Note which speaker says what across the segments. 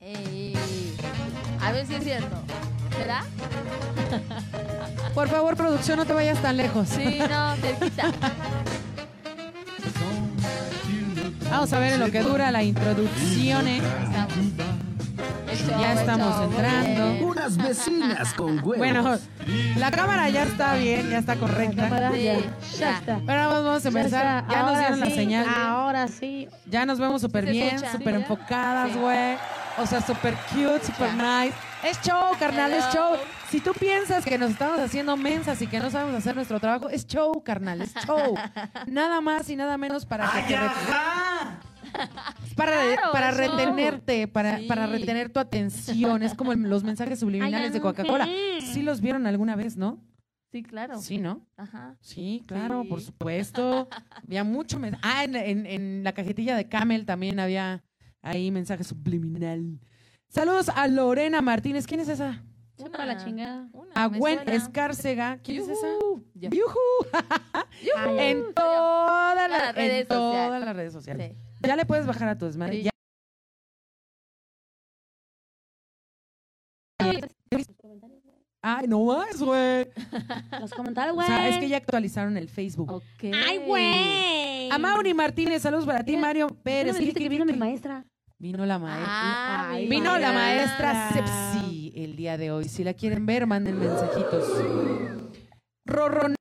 Speaker 1: Ey, a ver si es cierto. ¿Será?
Speaker 2: Por favor, producción, no te vayas tan lejos.
Speaker 1: Sí, no, cerquita.
Speaker 2: Vamos a ver en lo que dura la introducción. ¿eh?
Speaker 1: Estamos. El show,
Speaker 2: Ya
Speaker 1: el
Speaker 2: estamos
Speaker 1: show, muy
Speaker 2: entrando.
Speaker 1: bien.
Speaker 3: Unas vecinas con huevos.
Speaker 2: Bueno, la cámara ya está bien, ya está correcta.
Speaker 4: Cámara,
Speaker 1: Sí,
Speaker 4: ya,
Speaker 1: ya.
Speaker 4: ya está.
Speaker 2: Ahora vamos a empezar.
Speaker 4: está.
Speaker 2: Ya nos
Speaker 4: Ahora
Speaker 2: dieron la
Speaker 4: sí,
Speaker 2: señal.
Speaker 4: Ahora sí.
Speaker 2: Ya nos vemos súper
Speaker 1: Se
Speaker 2: bien,
Speaker 1: escucha.
Speaker 2: súper
Speaker 1: Sí, ya.
Speaker 2: enfocadas,
Speaker 1: Sí.
Speaker 2: güey. O sea, súper cute, súper nice. Es show, carnal, es
Speaker 1: Hello.
Speaker 2: show. Si tú piensas que nos estamos haciendo mensas y que no sabemos hacer nuestro trabajo, es show, carnal, es show. nada más y nada menos para que te re- para,
Speaker 1: Claro,
Speaker 2: para
Speaker 1: es show.
Speaker 2: retenerte, para,
Speaker 1: Sí.
Speaker 2: para retener tu atención. Es como el- los mensajes subliminales de Coca-Cola.
Speaker 4: Ángel.
Speaker 2: Sí los vieron alguna vez, ¿no?
Speaker 1: Sí, claro.
Speaker 2: Sí, ¿no?
Speaker 1: Ajá.
Speaker 2: Sí, claro, por
Speaker 1: Sí.
Speaker 2: supuesto. había mucho mensaje. Ah, en, en- en la cajetilla de Camel también había ahí mensaje subliminal. Saludos a Lorena Martínez. ¿Quién es esa?
Speaker 4: Chupa la chingada.
Speaker 1: Una,
Speaker 2: A
Speaker 1: Ah, me
Speaker 2: Gwen
Speaker 1: suena.
Speaker 2: Escárcega. ¿Quién es esa?
Speaker 1: Yo.
Speaker 2: ¡Yujú! en todas las
Speaker 1: Las redes
Speaker 2: redes, todas
Speaker 1: sociales.
Speaker 2: las redes sociales.
Speaker 1: Sí.
Speaker 2: Ya le puedes bajar a tu desmadre.
Speaker 1: Sí.
Speaker 2: Ya. Ay, no más, güey.
Speaker 4: Los comentarios,
Speaker 2: O
Speaker 4: güey.
Speaker 2: sea, es que ya actualizaron el Facebook.
Speaker 1: Ok.
Speaker 4: Ay, güey.
Speaker 2: A Mauri Martínez, saludos para ti,
Speaker 4: Mira,
Speaker 2: Mario
Speaker 4: ¿Por qué
Speaker 2: Pérez.
Speaker 4: no me dijiste que vino mi maestra.
Speaker 2: Vino la maestra.
Speaker 1: Ah,
Speaker 4: Ay,
Speaker 1: mira.
Speaker 2: Vino la maestra
Speaker 4: Mira.
Speaker 2: Sepsi el día de hoy. Si la quieren ver, manden mensajitos. Rorrón.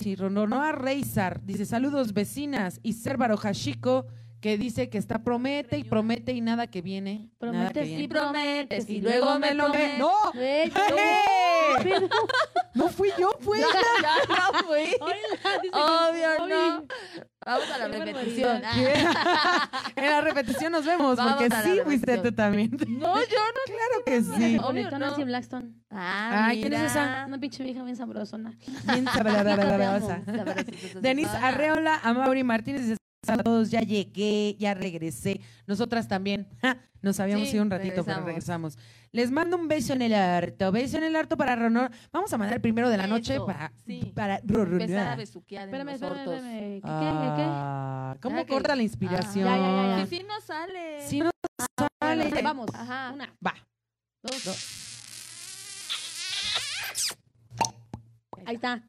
Speaker 2: Sí, Rorronoa Reizar dice: Saludos, vecinas. Y Cérvaro Hashiko, que dice que está promete y promete y nada que viene. nada que
Speaker 4: Promete,
Speaker 2: viene.
Speaker 1: Si prometes y luego me lo me.
Speaker 2: ¡No!
Speaker 4: Güey,
Speaker 2: ¡Eh! ¡No fui yo, fue
Speaker 1: Ya,
Speaker 2: ella!
Speaker 1: ya no fui.
Speaker 4: Hola, dice que-
Speaker 1: Obvio,
Speaker 4: Ay,
Speaker 1: no. Vamos a la
Speaker 4: Qué
Speaker 1: repetición. Ah,
Speaker 2: ¿Qué? en la repetición nos vemos,
Speaker 1: Vamos
Speaker 2: porque
Speaker 1: a la
Speaker 2: sí fuiste
Speaker 1: repetición.
Speaker 2: tú también.
Speaker 1: No, yo no.
Speaker 2: Claro que sí.
Speaker 4: Se conectó
Speaker 1: Obvio,
Speaker 4: Nancy
Speaker 1: no.
Speaker 4: Blackstone.
Speaker 1: Ah,
Speaker 2: Ay, ¿quién es
Speaker 1: mira.
Speaker 2: esa?
Speaker 4: Una pinche vieja bien sabrosona.
Speaker 2: Bien sabrosarabrosa. Denise Arreola, a Mauri Martínez, dice, a todos, ya llegué, ya regresé. Nosotras también. Ja, nos habíamos
Speaker 1: Sí,
Speaker 2: ido un ratito, pero regresamos. Les mando un beso en el harto, beso en el harto para Ronor. Vamos a mandar el primero de la noche
Speaker 1: Eso,
Speaker 2: para,
Speaker 1: sí.
Speaker 2: para
Speaker 1: Empezar a
Speaker 2: Ronor.
Speaker 1: besuquear en
Speaker 4: Espérame,
Speaker 1: los
Speaker 4: espérame,
Speaker 1: hortos.
Speaker 4: espérame. ¿Qué, qué,
Speaker 2: Ah, ¿Cómo
Speaker 1: Ya que-
Speaker 2: corta la
Speaker 1: Ah,
Speaker 2: inspiración?
Speaker 4: ya, ya, ya, ya.
Speaker 1: Si sí no sale.
Speaker 2: Si no
Speaker 4: qué?
Speaker 2: sale,
Speaker 4: Bueno, Vamos.
Speaker 1: Ajá.
Speaker 4: Una,
Speaker 2: va.
Speaker 4: dos.
Speaker 1: está.
Speaker 4: Ahí está.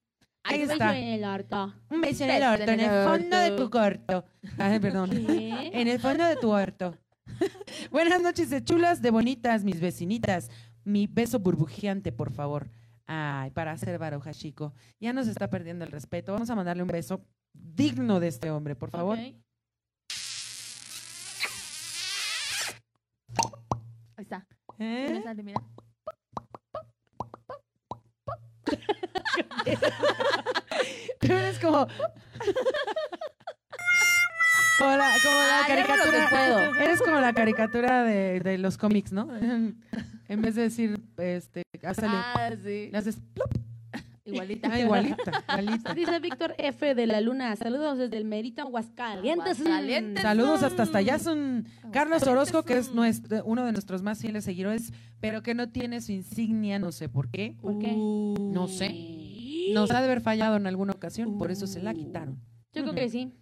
Speaker 2: Ahí
Speaker 4: Beso
Speaker 2: está.
Speaker 4: en el harto.
Speaker 2: Un beso en el orto, en el fondo de tu corto. Ay, perdón.
Speaker 4: ¿Qué?
Speaker 2: En el fondo de tu orto. Buenas noches de chulas, de bonitas, mis vecinitas. Mi beso burbujeante, por favor. Ay, para hacer baroja, chico. Ya nos está perdiendo el respeto. Vamos a mandarle un beso digno de este hombre, por favor.
Speaker 4: Ok.
Speaker 1: Ahí está. Sí me
Speaker 2: ¿Eh?
Speaker 1: sale, mira.
Speaker 2: Tú eres como... Como la, como la
Speaker 1: Ah, yo hago lo que
Speaker 2: caricatura.
Speaker 1: puedo.
Speaker 2: Eres como la caricatura de, de los cómics, ¿no? En vez de decir, este, hazle,
Speaker 1: Ah, sí.
Speaker 2: le haces plop.
Speaker 1: Igualita.
Speaker 2: Ah, igualita, igualita.
Speaker 4: Dice Víctor F. de la Luna. Saludos desde el Merito Aguascalientes.
Speaker 1: Aguascalientes.
Speaker 2: Saludos hasta
Speaker 1: Zoom.
Speaker 2: Tayazun. Carlos
Speaker 1: Aguascalientes,
Speaker 2: Orozco, que es
Speaker 1: Zoom.
Speaker 2: nuestro- uno de nuestros más fieles seguidores, pero que no tiene su insignia, no sé por qué.
Speaker 4: ¿Por qué?
Speaker 2: Uh. No sé. Nos ha de haber fallado en alguna ocasión, por eso se la quitaron.
Speaker 4: Yo creo que sí.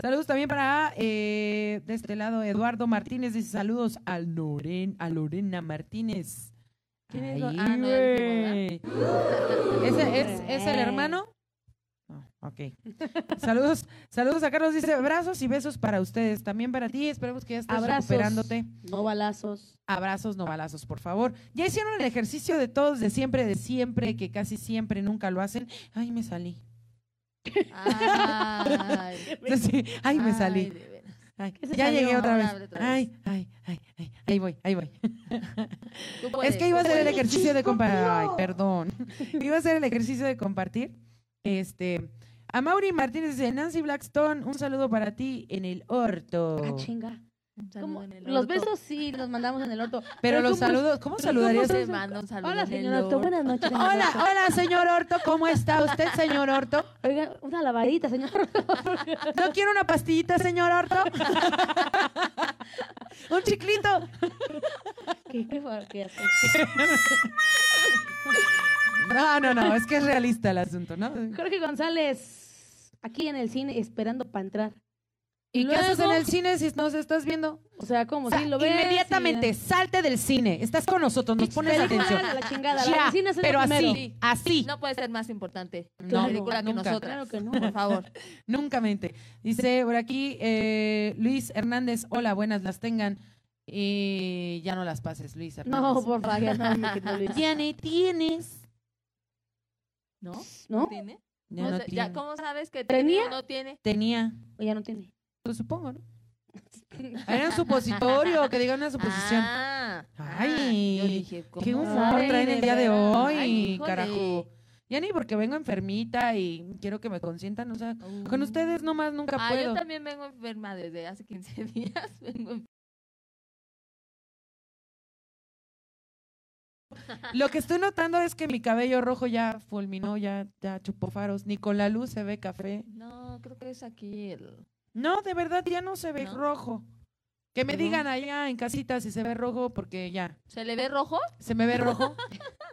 Speaker 2: Saludos también para eh, de este lado Eduardo Martínez. Dice saludos a, Loren, a Lorena Martínez.
Speaker 1: ¿Quién es
Speaker 2: Ay,
Speaker 1: Lo- ah, no, ya dijimos,
Speaker 2: güey. ¿Ese es, es el hermano? Ah, ok. Saludos, saludos a Carlos. Dice abrazos y besos para ustedes. También para ti. Esperemos que ya estés
Speaker 4: Abrazos.
Speaker 2: recuperándote.
Speaker 4: No balazos.
Speaker 2: Abrazos, no balazos, por favor. Ya hicieron el ejercicio de todos, de siempre, de siempre, que casi siempre nunca lo hacen. Ay, me salí.
Speaker 1: Ay.
Speaker 2: Sí, ay, me
Speaker 1: Ay,
Speaker 2: salí.
Speaker 1: de veras.
Speaker 2: Ay,
Speaker 4: se
Speaker 2: ya
Speaker 4: salió?
Speaker 2: llegué otra
Speaker 1: Ahora
Speaker 2: vez.
Speaker 1: abre otra vez.
Speaker 2: Ay, ay, ay, ay, ahí voy, ahí voy.
Speaker 1: Tú puedes,
Speaker 2: es que iba a
Speaker 1: tú
Speaker 2: hacer el
Speaker 1: puedes.
Speaker 2: ejercicio de compartir. Ay, perdón. iba a hacer el ejercicio de compartir. Este, a Mauri Martínez de Nancy Blackstone, un saludo para ti en el orto.
Speaker 4: Ah, chinga.
Speaker 1: Un saludo
Speaker 4: ¿Cómo?
Speaker 1: en el
Speaker 4: Los
Speaker 1: orto.
Speaker 4: besos sí los mandamos en el orto.
Speaker 2: Pero los
Speaker 4: ¿cómo-
Speaker 2: saludos, ¿cómo
Speaker 4: pero cómo
Speaker 2: saludarías?
Speaker 1: Te
Speaker 4: se-
Speaker 1: mando un saludo
Speaker 4: Hola,
Speaker 1: en el
Speaker 4: señor Orto.
Speaker 1: orto.
Speaker 4: Buenas noches. señor
Speaker 2: Hola,
Speaker 4: Orto.
Speaker 2: hola, señor Orto, ¿cómo está usted, señor Orto?
Speaker 4: Oiga, una lavadita, señor.
Speaker 2: ¿No quiere una pastillita, señor Orto? Un chiclito.
Speaker 4: ¿Qué, qué fue? ¿Qué hace?
Speaker 2: No, no, no, es que es realista el asunto, ¿no?
Speaker 4: Jorge González, aquí en el cine esperando para entrar.
Speaker 2: ¿Y qué haces en
Speaker 4: Luego-
Speaker 2: el cine si nos estás viendo?
Speaker 4: O sea, como
Speaker 2: O sea,
Speaker 4: si lo ves.
Speaker 2: inmediatamente, salte del cine. Estás con nosotros, nos pones atención.
Speaker 4: A la chingada.
Speaker 2: Ya,
Speaker 4: la vecina es el
Speaker 2: pero
Speaker 4: primero.
Speaker 2: así, así.
Speaker 1: No puede ser más importante
Speaker 2: No,
Speaker 1: la película que
Speaker 2: nunca.
Speaker 1: nosotras.
Speaker 4: Claro que no.
Speaker 1: Por favor.
Speaker 2: Nunca mente. Dice por aquí eh, Luis Hernández, hola, buenas las tengan. Y ya no las pases, Luis Hernández.
Speaker 4: No, por favor, no, mi querido Luis.
Speaker 2: Tiene, tienes.
Speaker 1: ¿No?
Speaker 4: ¿No?
Speaker 1: ¿Tiene?
Speaker 2: Ya
Speaker 1: O
Speaker 2: no
Speaker 1: sea, ya,
Speaker 2: tiene.
Speaker 1: ¿Cómo sabes que
Speaker 4: ¿Tenía?
Speaker 1: tiene o no tiene?
Speaker 2: Tenía.
Speaker 4: O ya no tiene.
Speaker 2: Pues supongo, ¿no? Era un supositorio, que diga una suposición.
Speaker 1: Ah,
Speaker 2: Ay,
Speaker 1: ah, yo dije,
Speaker 2: Qué
Speaker 1: ¿cómo
Speaker 2: humor
Speaker 1: sabe?
Speaker 2: traen el día de
Speaker 1: veras.
Speaker 2: hoy,
Speaker 1: Ay, híjole.
Speaker 2: carajo. Ya ni porque vengo enfermita y quiero que me consientan, o sea,
Speaker 1: Uh.
Speaker 2: con ustedes nomás nunca
Speaker 1: Ah,
Speaker 2: puedo.
Speaker 1: Mm. yo también vengo enferma desde hace 15 días. Vengo enferma.
Speaker 2: Lo que estoy notando es que mi cabello rojo ya fulminó, ya, ya chupó faros, ni con la luz se ve café.
Speaker 1: No, creo que es aquí el...
Speaker 2: No, de verdad ya no se ve
Speaker 1: ¿No?
Speaker 2: rojo. Que me
Speaker 1: No.
Speaker 2: digan allá en casita si se ve rojo, porque ya,
Speaker 1: ¿Se le ve rojo?
Speaker 2: se me ve rojo.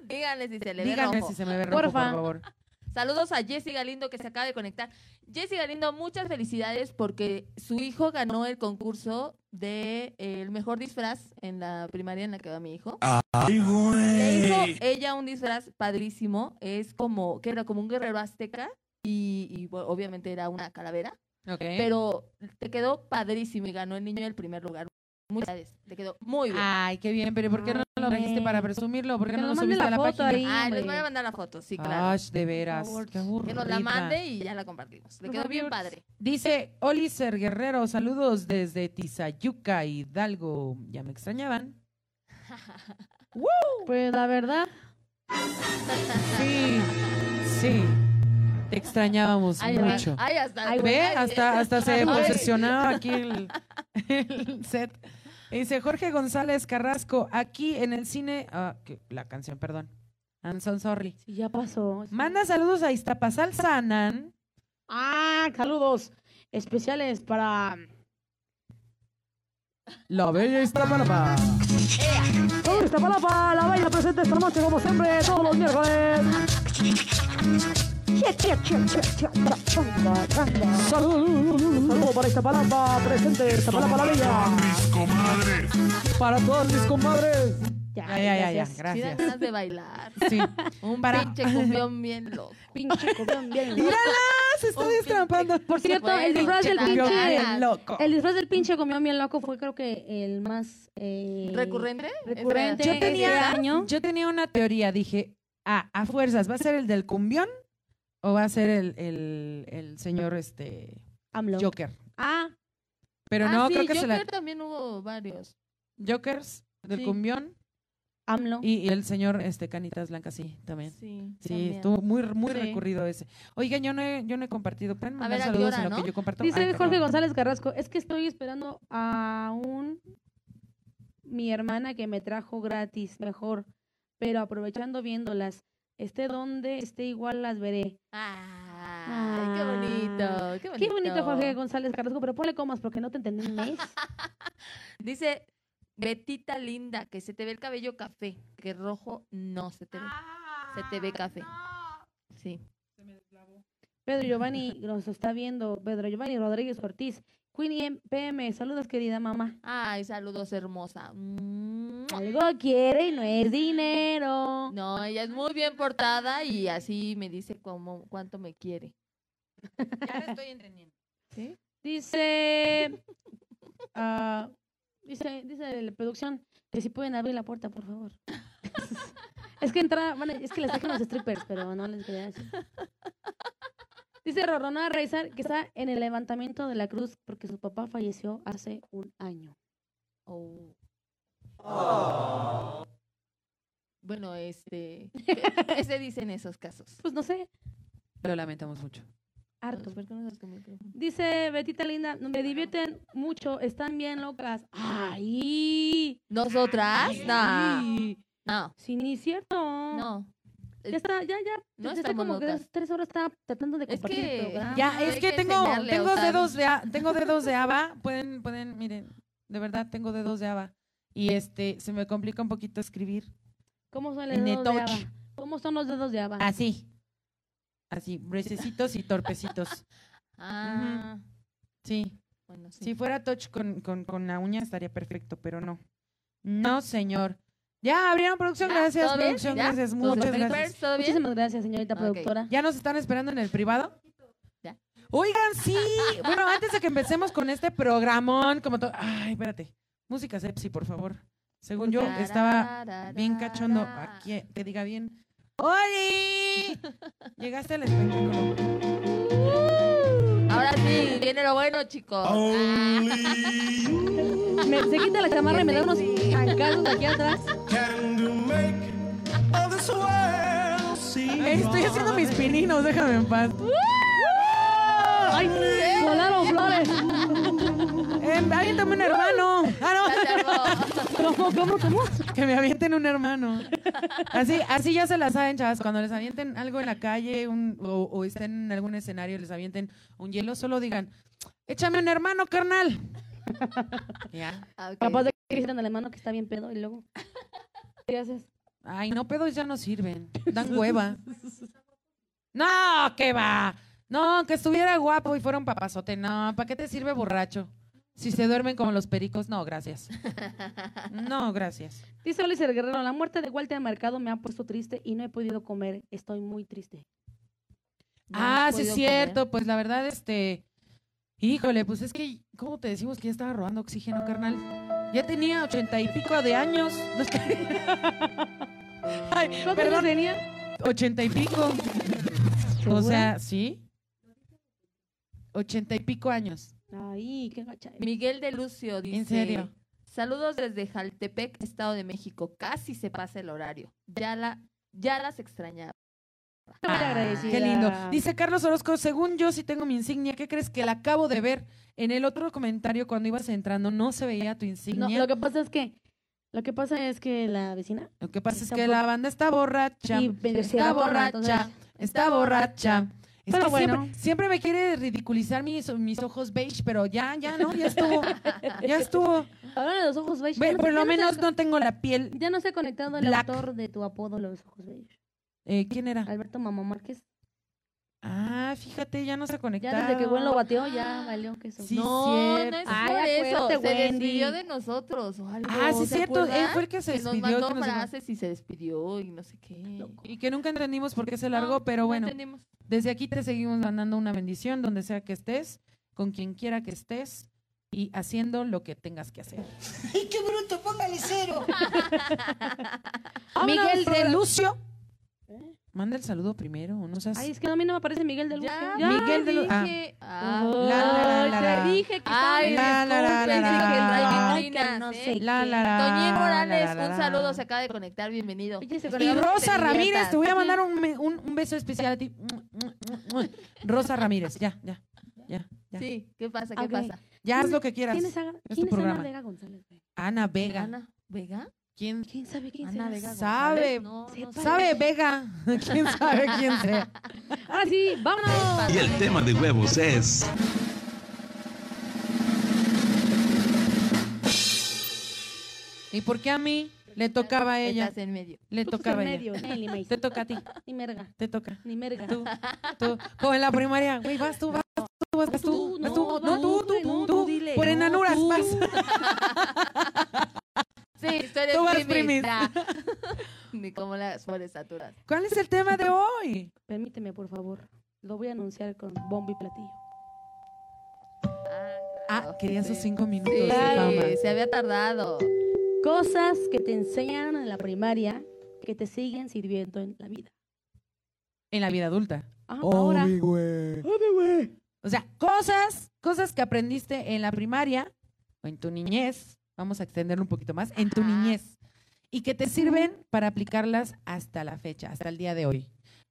Speaker 1: Díganle si se le ve
Speaker 2: Díganme
Speaker 1: rojo.
Speaker 2: si se me ve rojo, por
Speaker 4: Porfa.
Speaker 2: favor.
Speaker 1: Saludos a Jessy Galindo que se acaba de conectar. Jessy Galindo, muchas felicidades porque su hijo ganó el concurso de eh, el mejor disfraz en la primaria en la que va mi hijo. Le hizo ella un disfraz padrísimo, es como que era como un guerrero azteca y, y, bueno, obviamente era una calavera,
Speaker 2: Ok.
Speaker 1: pero te quedó padrísimo y ganó el niño el primer lugar. Muchas felicidades, te quedó muy bien.
Speaker 2: Ay, qué bien, pero ¿por qué no lo trajiste para presumirlo? ¿Por qué
Speaker 4: Que
Speaker 2: no lo
Speaker 4: nos mande
Speaker 2: subiste
Speaker 4: la
Speaker 2: a la
Speaker 4: foto
Speaker 2: página?
Speaker 4: ahí.
Speaker 1: Ah, les
Speaker 4: hombre.
Speaker 1: voy a mandar la foto, sí, claro.
Speaker 2: Ash, de veras.
Speaker 4: favor.
Speaker 2: qué
Speaker 1: Que nos la
Speaker 2: aburrida.
Speaker 1: mande y ya la compartimos. Le
Speaker 4: Por
Speaker 1: quedó bien
Speaker 4: favor.
Speaker 1: padre.
Speaker 2: Dice Oliver Guerrero, saludos desde Tizayuca, Hidalgo. Ya me extrañaban.
Speaker 4: Pues la verdad.
Speaker 2: Sí, sí. Te extrañábamos
Speaker 1: Ay,
Speaker 2: mucho.
Speaker 1: Ay, hasta.
Speaker 2: Ve,
Speaker 1: ay,
Speaker 2: hasta, hasta se
Speaker 1: ay.
Speaker 2: posesionaba aquí el, el set. Y dice Jorge González Carrasco, aquí en el cine. ah, que- la canción, perdón. I'm so sorry.
Speaker 4: Sí, ya pasó.
Speaker 2: Manda saludos a Iztapasalsa, Nan.
Speaker 4: Ah, saludos especiales para.
Speaker 2: La bella Iztapalapa.
Speaker 5: Sobre Iztapalapa, la bella presente esta noche como siempre, todos los miércoles. Saludos para Iztapalapa, presente Iztapalapa la bella. Para todos mis comadres.
Speaker 4: Ya,
Speaker 2: Ya, ya, ya, ya.
Speaker 4: gracias.
Speaker 1: Sí, da
Speaker 2: Gracias.
Speaker 1: ganas de bailar.
Speaker 2: Sí.
Speaker 1: Un
Speaker 2: Para-
Speaker 1: pinche cumbión bien loco.
Speaker 4: Pinche copión, bien.
Speaker 2: ¡Mírala! Se está
Speaker 1: Un
Speaker 2: destrampando.
Speaker 4: Por cierto,
Speaker 1: Bueno,
Speaker 4: el disfraz del
Speaker 1: pinche
Speaker 2: Yo
Speaker 1: Ay,
Speaker 4: pinche.
Speaker 1: ganas.
Speaker 2: bien loco.
Speaker 4: El disfraz del pinche comión bien loco fue creo que el más eh,
Speaker 1: ¿Recurrente?
Speaker 4: recurrente
Speaker 2: Yo
Speaker 1: Espera.
Speaker 4: este
Speaker 2: tenía-
Speaker 4: año.
Speaker 2: Yo tenía una teoría, dije, ah, a fuerzas, ¿va a ser el del cumbión o va a ser el, el, el señor este
Speaker 4: AMLO.
Speaker 2: Joker?
Speaker 4: Ah,
Speaker 2: Pero
Speaker 1: Ah,
Speaker 2: no,
Speaker 1: sí,
Speaker 2: creo que
Speaker 1: yo
Speaker 2: se la...
Speaker 1: creo también hubo varios.
Speaker 2: Jokers del
Speaker 1: Sí.
Speaker 2: cumbión
Speaker 4: AMLO.
Speaker 2: y, y el señor este Canitas Blancas, sí, también. Sí,
Speaker 1: Sí, también.
Speaker 2: estuvo muy, muy
Speaker 4: Sí.
Speaker 2: recurrido ese. Oigan, yo no he, yo no he compartido. ¿Pueden mandar
Speaker 1: ver, ¿a qué
Speaker 2: saludos
Speaker 1: hora,
Speaker 2: en lo
Speaker 1: no?
Speaker 2: que yo comparto?
Speaker 4: Dice
Speaker 2: Ay,
Speaker 4: Jorge
Speaker 2: perdón.
Speaker 4: González Carrasco, es que estoy esperando a un mi hermana que me trajo gratis, mejor, pero aprovechando viéndolas, esté donde esté igual las veré.
Speaker 1: Ay, qué bonito, qué bonito.
Speaker 4: Qué bonito Jorge González Carrasco, pero ponle comas porque no te entendí. ¿ves?
Speaker 1: Dice Betita linda, que se te ve el cabello café, que rojo no se te ve. Se te ve
Speaker 4: Ah,
Speaker 1: café. Sí.
Speaker 4: Pedro Giovanni nos está viendo, Pedro Giovanni Rodríguez Ortiz, Queenie M- PM, saludos querida mamá.
Speaker 1: Ay, saludos hermosa. ¡Mua!
Speaker 4: Algo quiere y no es dinero.
Speaker 1: No, ella es muy bien portada y así me dice cómo, cuánto me quiere.
Speaker 2: Ya la estoy entendiendo.
Speaker 1: ¿Sí?
Speaker 4: Dice. ah, dice, dice la producción que si pueden abrir la puerta, por favor. es que entra, van a- es que les dejan los strippers, pero no les quería decir. Dice Rorona Reizar que está en el levantamiento de la cruz porque su papá falleció hace un año.
Speaker 1: Oh.
Speaker 4: Oh.
Speaker 1: Bueno, este, ¿qué- ¿qué se dice en esos casos?
Speaker 4: Pues no sé,
Speaker 2: Lo lamentamos mucho.
Speaker 4: harto.
Speaker 1: ¿Por qué no sabes cómo que-
Speaker 4: Dice Betita Linda, me divierten mucho, están bien locas. ¡Ay!
Speaker 1: ¿Nosotras? No.
Speaker 4: Sí,
Speaker 1: No.
Speaker 4: sí, ni cierto.
Speaker 1: No.
Speaker 4: Ya está, ya, ya.
Speaker 1: No
Speaker 4: desde
Speaker 1: estamos
Speaker 4: como que
Speaker 1: locas.
Speaker 4: desde tres horas está tratando de
Speaker 1: Es
Speaker 4: compartir
Speaker 1: que-
Speaker 4: el programa.
Speaker 2: Ya,
Speaker 1: Ah,
Speaker 2: es
Speaker 1: hay
Speaker 2: que
Speaker 1: que
Speaker 2: tengo,
Speaker 1: enseñarle a
Speaker 2: tengo
Speaker 1: usar.
Speaker 2: dedos de a- tengo dedos de haba. Pueden, pueden, miren, de verdad tengo dedos de haba. Y este, se me complica un poquito escribir.
Speaker 4: ¿Cómo son los
Speaker 2: En el
Speaker 4: dedos de
Speaker 2: touch.
Speaker 4: Ava? ¿Cómo son los dedos de Ava?
Speaker 2: Así. Así, bracecitos y torpecitos.
Speaker 1: Ah.
Speaker 2: Sí.
Speaker 1: Bueno, sí.
Speaker 2: Si fuera touch con, con- con la uña estaría perfecto, pero no. No, señor. Ya abrieron producción,
Speaker 1: ¿Ya?
Speaker 2: gracias,
Speaker 1: ¿Todo bien?
Speaker 2: producción,
Speaker 1: ¿Ya?
Speaker 2: gracias,
Speaker 1: ¿Tus
Speaker 2: muchas
Speaker 1: strippers,
Speaker 2: gracias.
Speaker 1: ¿Todo bien?
Speaker 4: Muchísimas gracias, señorita
Speaker 1: Ok.
Speaker 4: productora.
Speaker 2: ¿Ya nos están esperando en el privado?
Speaker 1: Ya.
Speaker 2: Oigan, sí. Bueno, antes de que empecemos con este programón, como todo. Ay, espérate. Música sepsi, por favor. Según yo, estaba bien cachondo. Aquí, que diga bien. ¡Oli! Llegaste al espectáculo.
Speaker 1: Ahora sí, viene lo bueno, chicos.
Speaker 4: Me- se quita la chamarra y me da unos trancazos aquí atrás.
Speaker 2: Estoy haciendo mis pininos, déjame en paz.
Speaker 4: ¡Ay! ¡Volaron flores!
Speaker 2: Eh, aviéntame un hermano. Ah,
Speaker 1: Ya se armó.
Speaker 4: ¿Cómo, cómo, cómo?
Speaker 2: no. Que me avienten un hermano. Así, así ya se la saben, chavas. Cuando les avienten algo en la calle un- o, o estén en algún escenario, les avienten un hielo, solo digan, échame un hermano, carnal. ya.
Speaker 1: Ah, ok.
Speaker 4: Capaz de que dijeran al hermano que está bien pedo y luego. ¿Qué haces?
Speaker 2: Ay, no, pedos ya no sirven. Dan hueva. No, que va. No, que estuviera guapo y fuera un papazote. No, ¿para qué te sirve borracho? Si se duermen como los pericos, no, gracias. No, gracias.
Speaker 4: Dice Ulises Guerrero, la muerte de Walter Mercado me ha puesto triste y no he podido comer. Estoy muy triste.
Speaker 1: No
Speaker 2: Ah,
Speaker 1: hemos
Speaker 2: sí es
Speaker 1: podido comer.
Speaker 2: cierto. Pues la verdad, este. Híjole, pues es que, ¿cómo te decimos que ya estaba robando oxígeno, carnal? Ya tenía ochenta y pico de años. Ay,
Speaker 4: Perdón.
Speaker 2: perdón,
Speaker 4: tenía?
Speaker 2: ochenta y pico. O sea, ¿sí? Ochenta y pico años.
Speaker 4: Ay, qué gacha.
Speaker 1: Miguel de Lucio dice.
Speaker 2: ¿En serio?
Speaker 1: Saludos desde Jaltepec, Estado de México. Casi se pasa el horario. Ya, la, ya las extrañaba.
Speaker 4: Muy agradecida.
Speaker 2: Ah, Qué lindo. Dice Carlos Orozco, según yo sí tengo mi insignia, ¿qué crees que la acabo de ver? En el otro comentario cuando ibas entrando no se veía tu
Speaker 4: No,
Speaker 2: insignia.
Speaker 4: lo
Speaker 2: lo, que...
Speaker 4: que pasa es que. Lo que pasa es que la vecina.
Speaker 2: pasa es que
Speaker 4: Tampoco.
Speaker 2: la banda está borracha.
Speaker 4: y pero si
Speaker 2: está
Speaker 4: era porra,
Speaker 2: borracha,
Speaker 4: entonces-
Speaker 2: está borracha. Es
Speaker 4: Pero
Speaker 2: que
Speaker 4: bueno.
Speaker 2: siempre, siempre me quiere ridiculizar mis, mis ojos beige, pero ya, ya, ¿no? Ya estuvo. Ya estuvo.
Speaker 4: Hablando de los ojos beige.
Speaker 2: Ve,
Speaker 4: ya no
Speaker 2: por
Speaker 4: sé-
Speaker 2: lo
Speaker 4: ya no sé-
Speaker 2: menos no tengo la piel.
Speaker 4: Ya no se ha conectado el
Speaker 2: Black.
Speaker 4: autor de tu apodo, los ojos beige.
Speaker 2: Eh, ¿Quién era?
Speaker 4: Alberto Mamá Márquez.
Speaker 2: Ah, fíjate, ya no se ha conectado.
Speaker 4: Ya desde que Gwen lo bateó, ya valió que eso.
Speaker 2: Sí,
Speaker 1: no,
Speaker 2: cierto.
Speaker 1: no es
Speaker 4: Ay,
Speaker 1: por eso.
Speaker 4: acuérdate,
Speaker 1: Se
Speaker 4: Wendy.
Speaker 1: despidió de nosotros. o algo,
Speaker 2: Ah, sí,
Speaker 1: ¿se
Speaker 2: cierto. Él
Speaker 1: acuerdan?
Speaker 2: fue el que se
Speaker 1: que nos
Speaker 2: despidió.
Speaker 1: mandó
Speaker 2: que nos dejó.
Speaker 1: frases y se despidió y no sé qué.
Speaker 2: Y que nunca entendimos por qué se largó,
Speaker 1: No,
Speaker 2: pero
Speaker 1: no
Speaker 2: bueno,
Speaker 1: entendimos.
Speaker 2: desde aquí te seguimos mandando una bendición donde sea que estés, con quien quiera que estés y haciendo lo que tengas que hacer.
Speaker 6: ¡Y qué bruto! ¡Póngale cero!
Speaker 4: Miguel de
Speaker 2: Lucio. Manda el saludo primero, no seas...
Speaker 4: Ay, es que a mí no me aparece Miguel de Lucio.
Speaker 1: Ya,
Speaker 4: Ya.
Speaker 2: Miguel de Lu- ah.
Speaker 1: dije- Ah.
Speaker 2: la, la, la, la.
Speaker 4: Te dije que
Speaker 1: Ay,
Speaker 2: la,
Speaker 4: estaba
Speaker 2: la, la, la,
Speaker 1: disculpen,
Speaker 2: la,
Speaker 1: dije,
Speaker 2: la,
Speaker 1: las
Speaker 4: Ay, que
Speaker 1: vitrinas,
Speaker 4: no
Speaker 1: ¿eh?
Speaker 4: sé
Speaker 2: La,
Speaker 4: qué.
Speaker 2: la, la,
Speaker 1: Toñín Morales,
Speaker 2: la, la,
Speaker 1: un
Speaker 2: la.
Speaker 1: saludo, se acaba de conectar, bienvenido.
Speaker 4: Oye, se
Speaker 2: Y
Speaker 4: conectó.
Speaker 2: Rosa
Speaker 1: te
Speaker 2: Ramírez,
Speaker 1: diviertas.
Speaker 2: te voy a mandar un, me- un- un beso especial a ti. Rosa Ramírez, ya, ya, ya, ya.
Speaker 1: Sí, ¿qué pasa? ¿Qué
Speaker 4: Ok.
Speaker 1: pasa?
Speaker 2: Ya haz lo que quieras.
Speaker 4: ¿Quién es, Ana-
Speaker 2: tu
Speaker 4: quién es Ana
Speaker 2: este programa.
Speaker 4: Vega González? güey?
Speaker 2: Ana Vega.
Speaker 1: ¿Ana Vega?
Speaker 2: ¿Quién
Speaker 4: ¿Quién sabe quién
Speaker 1: Ana
Speaker 4: será?
Speaker 1: Vega. González?
Speaker 2: sabe?
Speaker 1: No, no
Speaker 4: Sepa.
Speaker 1: sé.
Speaker 2: sabe Vega? ¿Quién sabe quién sea?
Speaker 4: Ah, sí, vámonos.
Speaker 3: Y el tema de huevos es.
Speaker 2: ¿Y por qué a mí le tocaba a ella?
Speaker 1: Estás en medio.
Speaker 2: Le
Speaker 4: Tú, pues,
Speaker 2: tocaba a
Speaker 4: en
Speaker 2: ella.
Speaker 4: medio, Nelly Mays.
Speaker 2: Te toca a ti,
Speaker 4: Ni merga,
Speaker 2: te toca.
Speaker 4: ni merga.
Speaker 2: Tú, tú. Como en la primaria, güey, vas tú, vas tú, vas tú, vas tú.
Speaker 4: no,
Speaker 2: No, tú,
Speaker 4: vas,
Speaker 2: tú,
Speaker 4: güey,
Speaker 2: tú,
Speaker 4: no,
Speaker 2: tú.
Speaker 4: tú dile,
Speaker 2: Por
Speaker 4: no,
Speaker 2: enanuras
Speaker 4: tú.
Speaker 2: vas.
Speaker 1: Sí, tú eres
Speaker 2: Tú vas primis.
Speaker 1: primis. ya. Ni como las flores saturas.
Speaker 2: ¿Cuál es el tema de hoy?
Speaker 4: Permíteme, por favor. Lo voy a anunciar con bombo y platillo.
Speaker 2: Ah, quería sus cinco minutos
Speaker 1: Sí,
Speaker 2: de fama.
Speaker 1: se había tardado.
Speaker 4: Cosas que te enseñan en la primaria que te siguen sirviendo en la vida.
Speaker 2: En la vida adulta.
Speaker 4: Ah, ahora.
Speaker 2: O sea, cosas, cosas que aprendiste en la primaria o en tu niñez, vamos a extenderlo un poquito más, en tu
Speaker 1: Ajá.
Speaker 2: niñez, y que te sirven para aplicarlas hasta la fecha, hasta el día de hoy.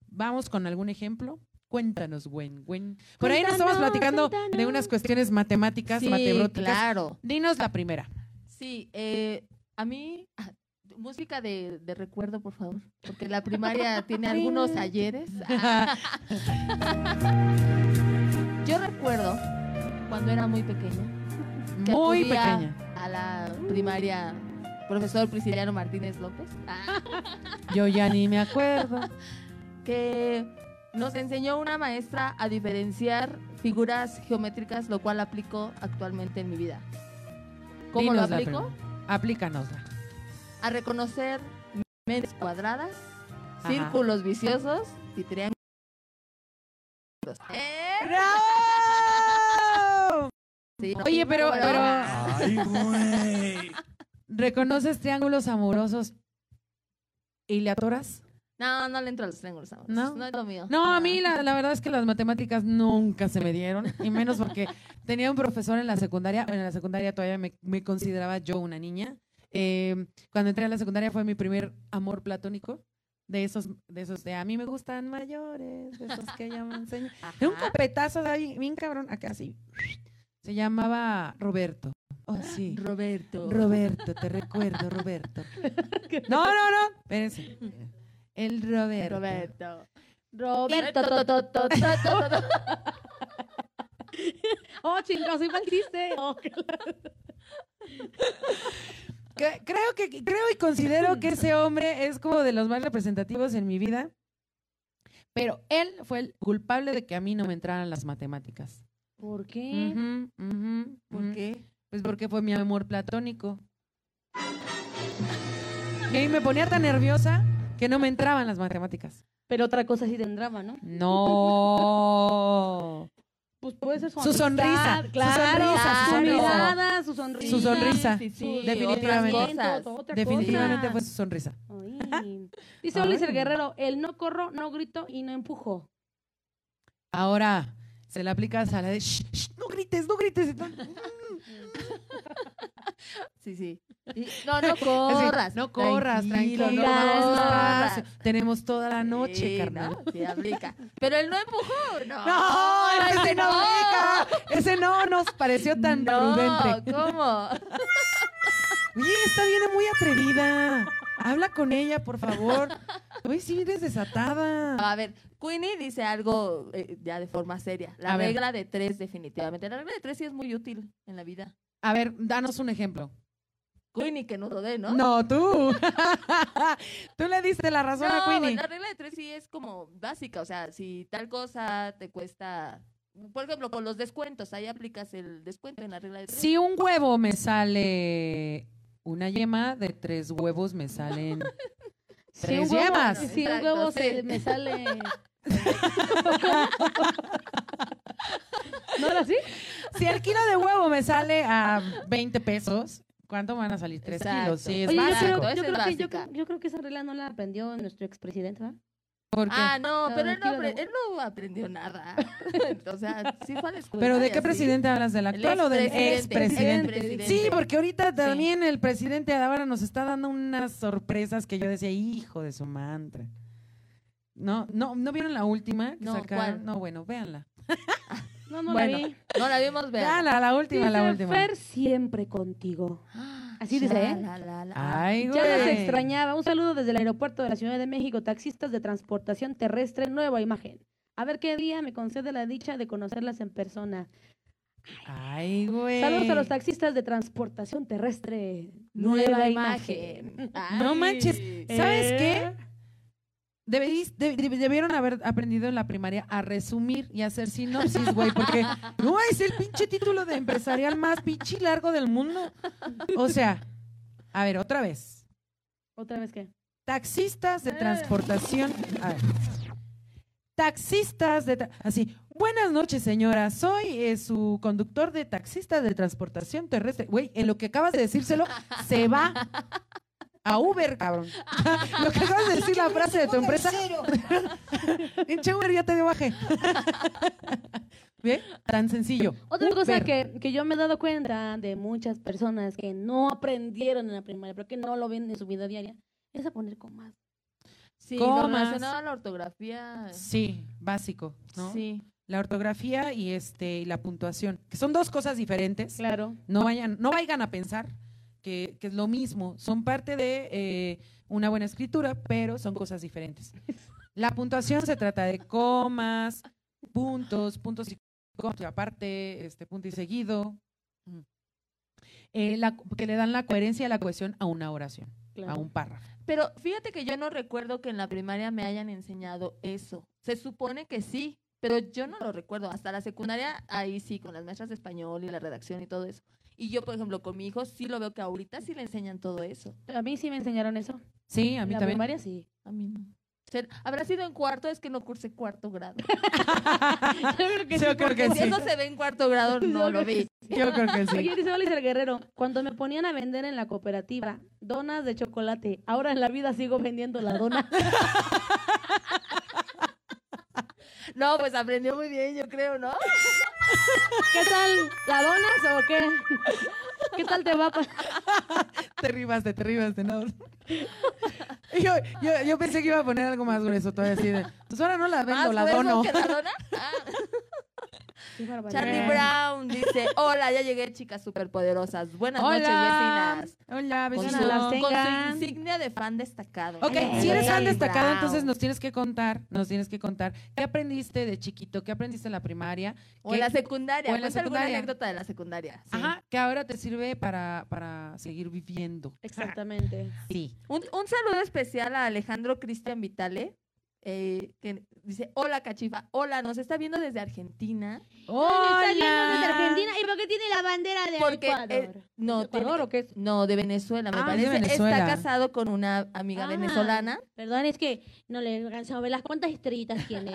Speaker 2: Vamos con algún ejemplo. Cuéntanos, Gwen, Gwen. Por ahí nos estamos
Speaker 4: Cuéntanos,
Speaker 2: platicando de
Speaker 4: cuéntanos.
Speaker 2: unas cuestiones matemáticas,
Speaker 1: Sí,
Speaker 2: matebróticas.
Speaker 1: claro.
Speaker 2: Dinos la primera.
Speaker 1: Sí, eh, a mí, ah, música de, de recuerdo, por favor, porque la primaria tiene algunos ayeres. Yo recuerdo cuando era muy pequeña. que
Speaker 2: Muy
Speaker 1: acudía
Speaker 2: pequeña.
Speaker 1: A la primaria, profesor Prisciliano Martínez López. ah,
Speaker 2: Yo ya ni me acuerdo.
Speaker 1: que Nos enseñó una maestra a diferenciar figuras geométricas, lo cual aplico actualmente en mi vida. ¿Cómo lo
Speaker 2: Dinosla,
Speaker 1: aplico?
Speaker 2: Fernanda. Aplícanosla.
Speaker 1: A reconocer medias cuadradas,
Speaker 2: Ajá.
Speaker 1: círculos viciosos y triángulos. ¿Eh?
Speaker 2: ¡Bravo!
Speaker 1: Sí, no,
Speaker 2: Oye,
Speaker 1: sí,
Speaker 2: pero,
Speaker 1: bueno.
Speaker 2: pero
Speaker 7: Ay, güey.
Speaker 2: ¿reconoces triángulos amorosos y le atoras?
Speaker 1: No, no le entro a los triángulos amorosos.
Speaker 2: ¿No?
Speaker 1: No, es lo mío. Ah.
Speaker 2: No, a mí la, la verdad es que las matemáticas nunca se me dieron, y menos porque tenía un profesor en la secundaria, en la secundaria todavía me, me consideraba yo una niña. Eh, cuando entré a la secundaria fue mi primer amor platónico, de esos, de esos de a mí me gustan mayores, de esos que ya me enseñan. Era un capetazo de ahí, bien cabrón, acá así. Se llamaba Roberto. Oh, sí.
Speaker 1: Roberto.
Speaker 2: Roberto, te recuerdo, Roberto. No, no, no, espérense. El Roberto.
Speaker 1: Roberto.
Speaker 4: Roberto.
Speaker 1: to- to- to- to- to- to-
Speaker 4: Oh, chingado, soy mal triste.
Speaker 2: Que- creo que creo y considero que ese hombre es como de los más representativos en mi vida. Pero él fue el culpable de que a mí no me entraran las matemáticas.
Speaker 4: ¿Por qué?
Speaker 2: Ujú, ujú,
Speaker 1: ¿Por
Speaker 2: ujú.
Speaker 1: qué?
Speaker 2: Pues porque fue mi amor platónico. Y ahí me ponía tan nerviosa que no me entraban las matemáticas.
Speaker 4: Pero otra cosa sí tendrá, ¿no?
Speaker 2: No.
Speaker 4: Pues puede ser
Speaker 2: Su sonrisa,
Speaker 4: amistad,
Speaker 2: su
Speaker 4: Claro,
Speaker 2: sonrisa,
Speaker 4: su
Speaker 1: su
Speaker 4: mirada, su sonrisa.
Speaker 2: Su sonrisa,
Speaker 1: Sí,
Speaker 4: su-
Speaker 1: sí,
Speaker 2: definitivamente.
Speaker 1: otras cosas.
Speaker 4: Otra cosa.
Speaker 2: Definitivamente fue su sonrisa.
Speaker 4: Ay. Dice Ulises
Speaker 2: Ay.
Speaker 4: Guerrero, el no corro, no grito y no empujo.
Speaker 2: Ahora se la aplicas a la de "Shh, shh, no grites, no grites.
Speaker 1: Sí, sí. Y- No, no corras.
Speaker 2: Así, no corras, tranquilo, no
Speaker 1: no
Speaker 2: vamos
Speaker 1: corras.
Speaker 2: despacio. Tenemos toda la noche,
Speaker 1: Sí,
Speaker 2: carnal.
Speaker 1: ¿no? Sí, aplica. Pero él no empujó, no.
Speaker 2: ese no, deja. Ese no nos pareció tan
Speaker 1: No,
Speaker 2: prudente.
Speaker 1: ¿cómo?
Speaker 2: Oye, esta viene muy atrevida. Habla con ella, por favor. Oye, sí, eres desatada.
Speaker 1: A ver, Queenie dice algo eh, ya de forma seria. La
Speaker 2: A ver.
Speaker 1: regla de tres, definitivamente. La regla de tres sí es muy útil en la vida.
Speaker 2: A ver, danos un ejemplo.
Speaker 1: Queenie que no lo dé, ¿no?
Speaker 2: No, tú. tú le diste la razón a
Speaker 1: No,
Speaker 2: Queenie.
Speaker 1: pues, la regla de tres sí es como básica, o sea, si tal cosa te cuesta, por ejemplo, con los descuentos, ahí aplicas el descuento en la regla de tres.
Speaker 2: Si un huevo me sale una yema, de tres huevos me salen.
Speaker 4: Si
Speaker 2: Tres
Speaker 4: un huevo,
Speaker 2: yemas.
Speaker 4: si un
Speaker 1: Exacto,
Speaker 4: huevo
Speaker 1: sí.
Speaker 4: se me sale... ¿No era así?
Speaker 2: Si el kilo de huevo me sale a 20 pesos, ¿cuánto van a salir? Tres
Speaker 1: Exacto.
Speaker 2: kilos. Sí, es
Speaker 4: Oye, yo
Speaker 2: básico.
Speaker 4: creo- yo
Speaker 1: Esa es
Speaker 4: creo, que, yo,
Speaker 1: básica.
Speaker 4: creo- yo creo que esa regla no la aprendió nuestro expresidente, ¿verdad?
Speaker 2: ¿Por qué?
Speaker 1: Ah, no,
Speaker 4: No,
Speaker 1: pero
Speaker 4: el
Speaker 1: él no,
Speaker 4: kilo de
Speaker 1: apre- él no aprendió nada. o sea, pues, sí fue a la escuela
Speaker 2: ¿Pero
Speaker 1: y
Speaker 2: de qué
Speaker 1: así.
Speaker 2: presidente hablas? ¿Del actual o del expresidente?
Speaker 1: expresidente,
Speaker 2: Sí,
Speaker 1: expresidente.
Speaker 2: porque ahorita también el presidente Adávara nos está dando unas sorpresas que yo decía, hijo de su mantra. No, no, ¿no vieron la última que
Speaker 1: No,
Speaker 2: sacaron?
Speaker 1: ¿cuál?
Speaker 2: No, bueno, véanla.
Speaker 4: No, no
Speaker 1: Bueno,
Speaker 4: la vi.
Speaker 1: No la vimos ver.
Speaker 2: Véanla, la última, la
Speaker 4: Dice,
Speaker 2: última.
Speaker 4: Fer siempre contigo.
Speaker 1: Ah,
Speaker 4: Así dice, ¿eh?
Speaker 2: Ay, güey.
Speaker 4: Ya les extrañaba. Un saludo desde el aeropuerto de la Ciudad de México, taxistas de transportación terrestre, nueva imagen. A ver qué día me concede la dicha de conocerlas en persona.
Speaker 2: Ay, güey.
Speaker 4: Saludos a los taxistas de transportación terrestre, nueva, imagen.
Speaker 2: No manches. eh, ¿Sabes qué? Deberis- de- de- debieron haber aprendido en la primaria a resumir y hacer sinopsis, güey, porque no es el pinche título de empresarial más pinche largo del mundo. O sea, a ver, otra vez.
Speaker 4: ¿Otra vez qué?
Speaker 2: Taxistas de transportación. a ver. Taxistas de. tra- Así. Buenas noches, señora. Soy eh, su conductor de taxistas de transportación terrestre. Güey, en lo que acabas de decírselo, se va a Uber, cabrón. lo que acabas de decir, la frase de tu
Speaker 6: Ponga
Speaker 2: empresa.
Speaker 6: Lucero.
Speaker 2: Pinche Uber, ya te dio baje. ¿Bien? Tan sencillo.
Speaker 4: Otra cosa
Speaker 2: Uber.
Speaker 4: que, que yo me he dado cuenta de muchas personas que no aprendieron en la primaria, pero que no lo ven en su vida diaria, es a poner comas.
Speaker 1: Sí,
Speaker 2: Comas.
Speaker 1: con relacionado a la ortografía.
Speaker 2: Sí, básico, ¿no?
Speaker 1: Sí.
Speaker 2: La ortografía y este y la puntuación, que son dos cosas diferentes.
Speaker 4: Claro.
Speaker 2: No vayan, no vayan a pensar que, que es lo mismo. Son parte de eh, una buena escritura, pero son cosas diferentes. La puntuación se trata de comas, puntos, puntos y comas y aparte, este punto y seguido. Mm. Eh, la- que le dan la coherencia y la cohesión a una oración.
Speaker 4: Claro.
Speaker 2: a un párrafo.
Speaker 1: Pero fíjate que yo no recuerdo que en la primaria me hayan enseñado eso. Se supone que sí, pero yo no lo recuerdo. Hasta la secundaria, ahí sí, con las maestras de español y la redacción y todo eso. Y yo, por ejemplo, con mi hijo sí lo veo que ahorita sí le enseñan todo eso.
Speaker 4: A mí sí me enseñaron eso.
Speaker 2: Sí, a
Speaker 4: En
Speaker 2: mí
Speaker 4: la
Speaker 2: también.
Speaker 4: primaria sí.
Speaker 1: A mí no. Ser- Habrá sido en cuarto, es que no cursé cuarto grado.
Speaker 4: Yo creo que
Speaker 2: Yo creo
Speaker 4: porque
Speaker 2: Ah, que
Speaker 1: Si
Speaker 2: sí.
Speaker 1: eso se ve en cuarto grado, no lo vi.
Speaker 2: Yo creo que sí.
Speaker 4: Oye, dice Oliver Guerrero, cuando me ponían a vender en la cooperativa donas de chocolate, ahora en la vida sigo vendiendo la dona.
Speaker 1: No, pues aprendió muy bien, yo creo, ¿no?
Speaker 4: ¿Qué tal? ¿La donas o qué? ¿Qué tal te va? pa-
Speaker 2: Te ribaste, te ribaste, no. Y Yo, yo, yo pensé que iba a poner algo más grueso todavía así de. Pues ahora no la vendo,
Speaker 1: Más
Speaker 2: la
Speaker 1: hueso
Speaker 2: dono.
Speaker 1: que la dona. Ah.
Speaker 4: Qué barbaridad.
Speaker 1: Charlie Brown dice, hola, ya llegué, chicas superpoderosas. Buenas
Speaker 2: Hola.
Speaker 1: noches, vecinas.
Speaker 2: Hola,
Speaker 1: Con
Speaker 4: Vecinas,
Speaker 1: su,
Speaker 4: las
Speaker 1: con
Speaker 2: vecinos.
Speaker 1: su
Speaker 4: tengan.
Speaker 1: insignia de fan destacado.
Speaker 2: Ok,
Speaker 4: Eh,
Speaker 2: si eres tan
Speaker 1: Charlie
Speaker 2: destacada,
Speaker 1: Brown.
Speaker 2: entonces nos tienes que contar, nos tienes que contar qué aprendiste de chiquito, qué aprendiste en la primaria,
Speaker 1: O en la secundaria.
Speaker 2: o en la
Speaker 1: Cuenta alguna
Speaker 2: secundaria.
Speaker 1: anécdota de la secundaria. sí.
Speaker 2: Ajá, que ahora te sirve para, para seguir viviendo.
Speaker 4: Exactamente.
Speaker 2: Sí.
Speaker 1: Un, un saludo especial a Alejandro Cristian Vitale. eh, que dice, hola cachifa, hola, nos está viendo desde Argentina.
Speaker 4: Está
Speaker 2: Hola.
Speaker 4: lleno de Argentina. ¿Y por qué tiene la bandera de
Speaker 1: Porque,
Speaker 4: Ecuador?
Speaker 1: eh, no,
Speaker 4: ¿De Ecuador
Speaker 1: tiene-
Speaker 4: o qué es?
Speaker 1: No, de Venezuela, me
Speaker 2: Ah, de
Speaker 1: parece.
Speaker 2: Venezuela.
Speaker 1: Está casado con una amiga
Speaker 4: Ah,
Speaker 1: venezolana.
Speaker 4: Perdón, es que no le alcanzó a ver las cuántas estrellitas tienes.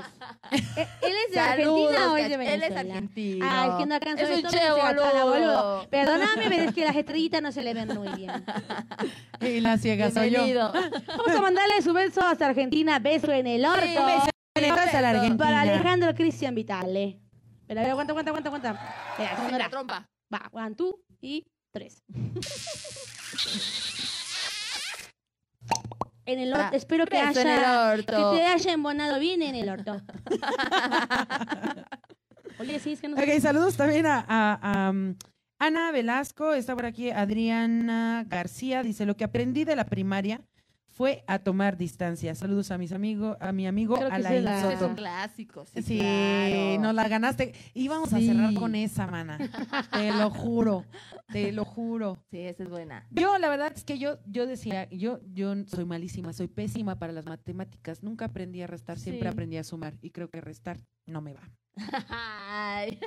Speaker 4: ¿Eh, ¿Él es de
Speaker 1: Saludos,
Speaker 4: Argentina o es
Speaker 1: Cachi.
Speaker 4: de Venezuela?
Speaker 1: Él es argentino.
Speaker 4: Ah, es que no alcanzó
Speaker 1: Es
Speaker 4: esto,
Speaker 1: un
Speaker 4: me
Speaker 1: che,
Speaker 4: dice el pana,
Speaker 1: boludo.
Speaker 4: boludo. Perdóname, pero es que las estrellitas no se le ven muy bien.
Speaker 2: Y la ciega soy yo.
Speaker 1: Bienvenido.
Speaker 4: Vamos a mandarle su beso hasta Argentina. Beso en el orto.
Speaker 1: Sí, beso
Speaker 2: Entonces, a la Argentina.
Speaker 4: para Alejandro Cristian Vitale. Pero a ver, aguanta, aguanta, aguanta, aguanta. Eh,
Speaker 1: en la
Speaker 4: señora,
Speaker 1: trompa.
Speaker 4: Va, one, two y tres. En el orto,
Speaker 1: Ah,
Speaker 4: espero que
Speaker 1: beso
Speaker 4: haya,
Speaker 1: en el orto.
Speaker 4: que te haya embonado bien en el orto. Oye, sí, es que no sé.
Speaker 2: Ok, saludos también a, a- a, um, Ana Velasco, está por aquí Adriana García, dice, lo que aprendí de la primaria fue a tomar distancia. Saludos a mis amigos, a mi amigo
Speaker 4: Creo que
Speaker 2: Alain
Speaker 4: sí la-
Speaker 1: Ese Es
Speaker 2: Soto.
Speaker 1: un clásico. Sí,
Speaker 2: Sí,
Speaker 1: claro.
Speaker 2: nos la ganaste. Íbamos a
Speaker 1: Sí.
Speaker 2: cerrar con esa, mana. Te lo juro, te lo juro.
Speaker 1: Sí, esa es buena.
Speaker 2: Yo, la verdad es que yo, yo decía, yo, yo soy malísima, soy pésima para las matemáticas. Nunca aprendí a restar, siempre
Speaker 4: Sí.
Speaker 2: aprendí a sumar. Y creo que restar no me va.
Speaker 1: Ay.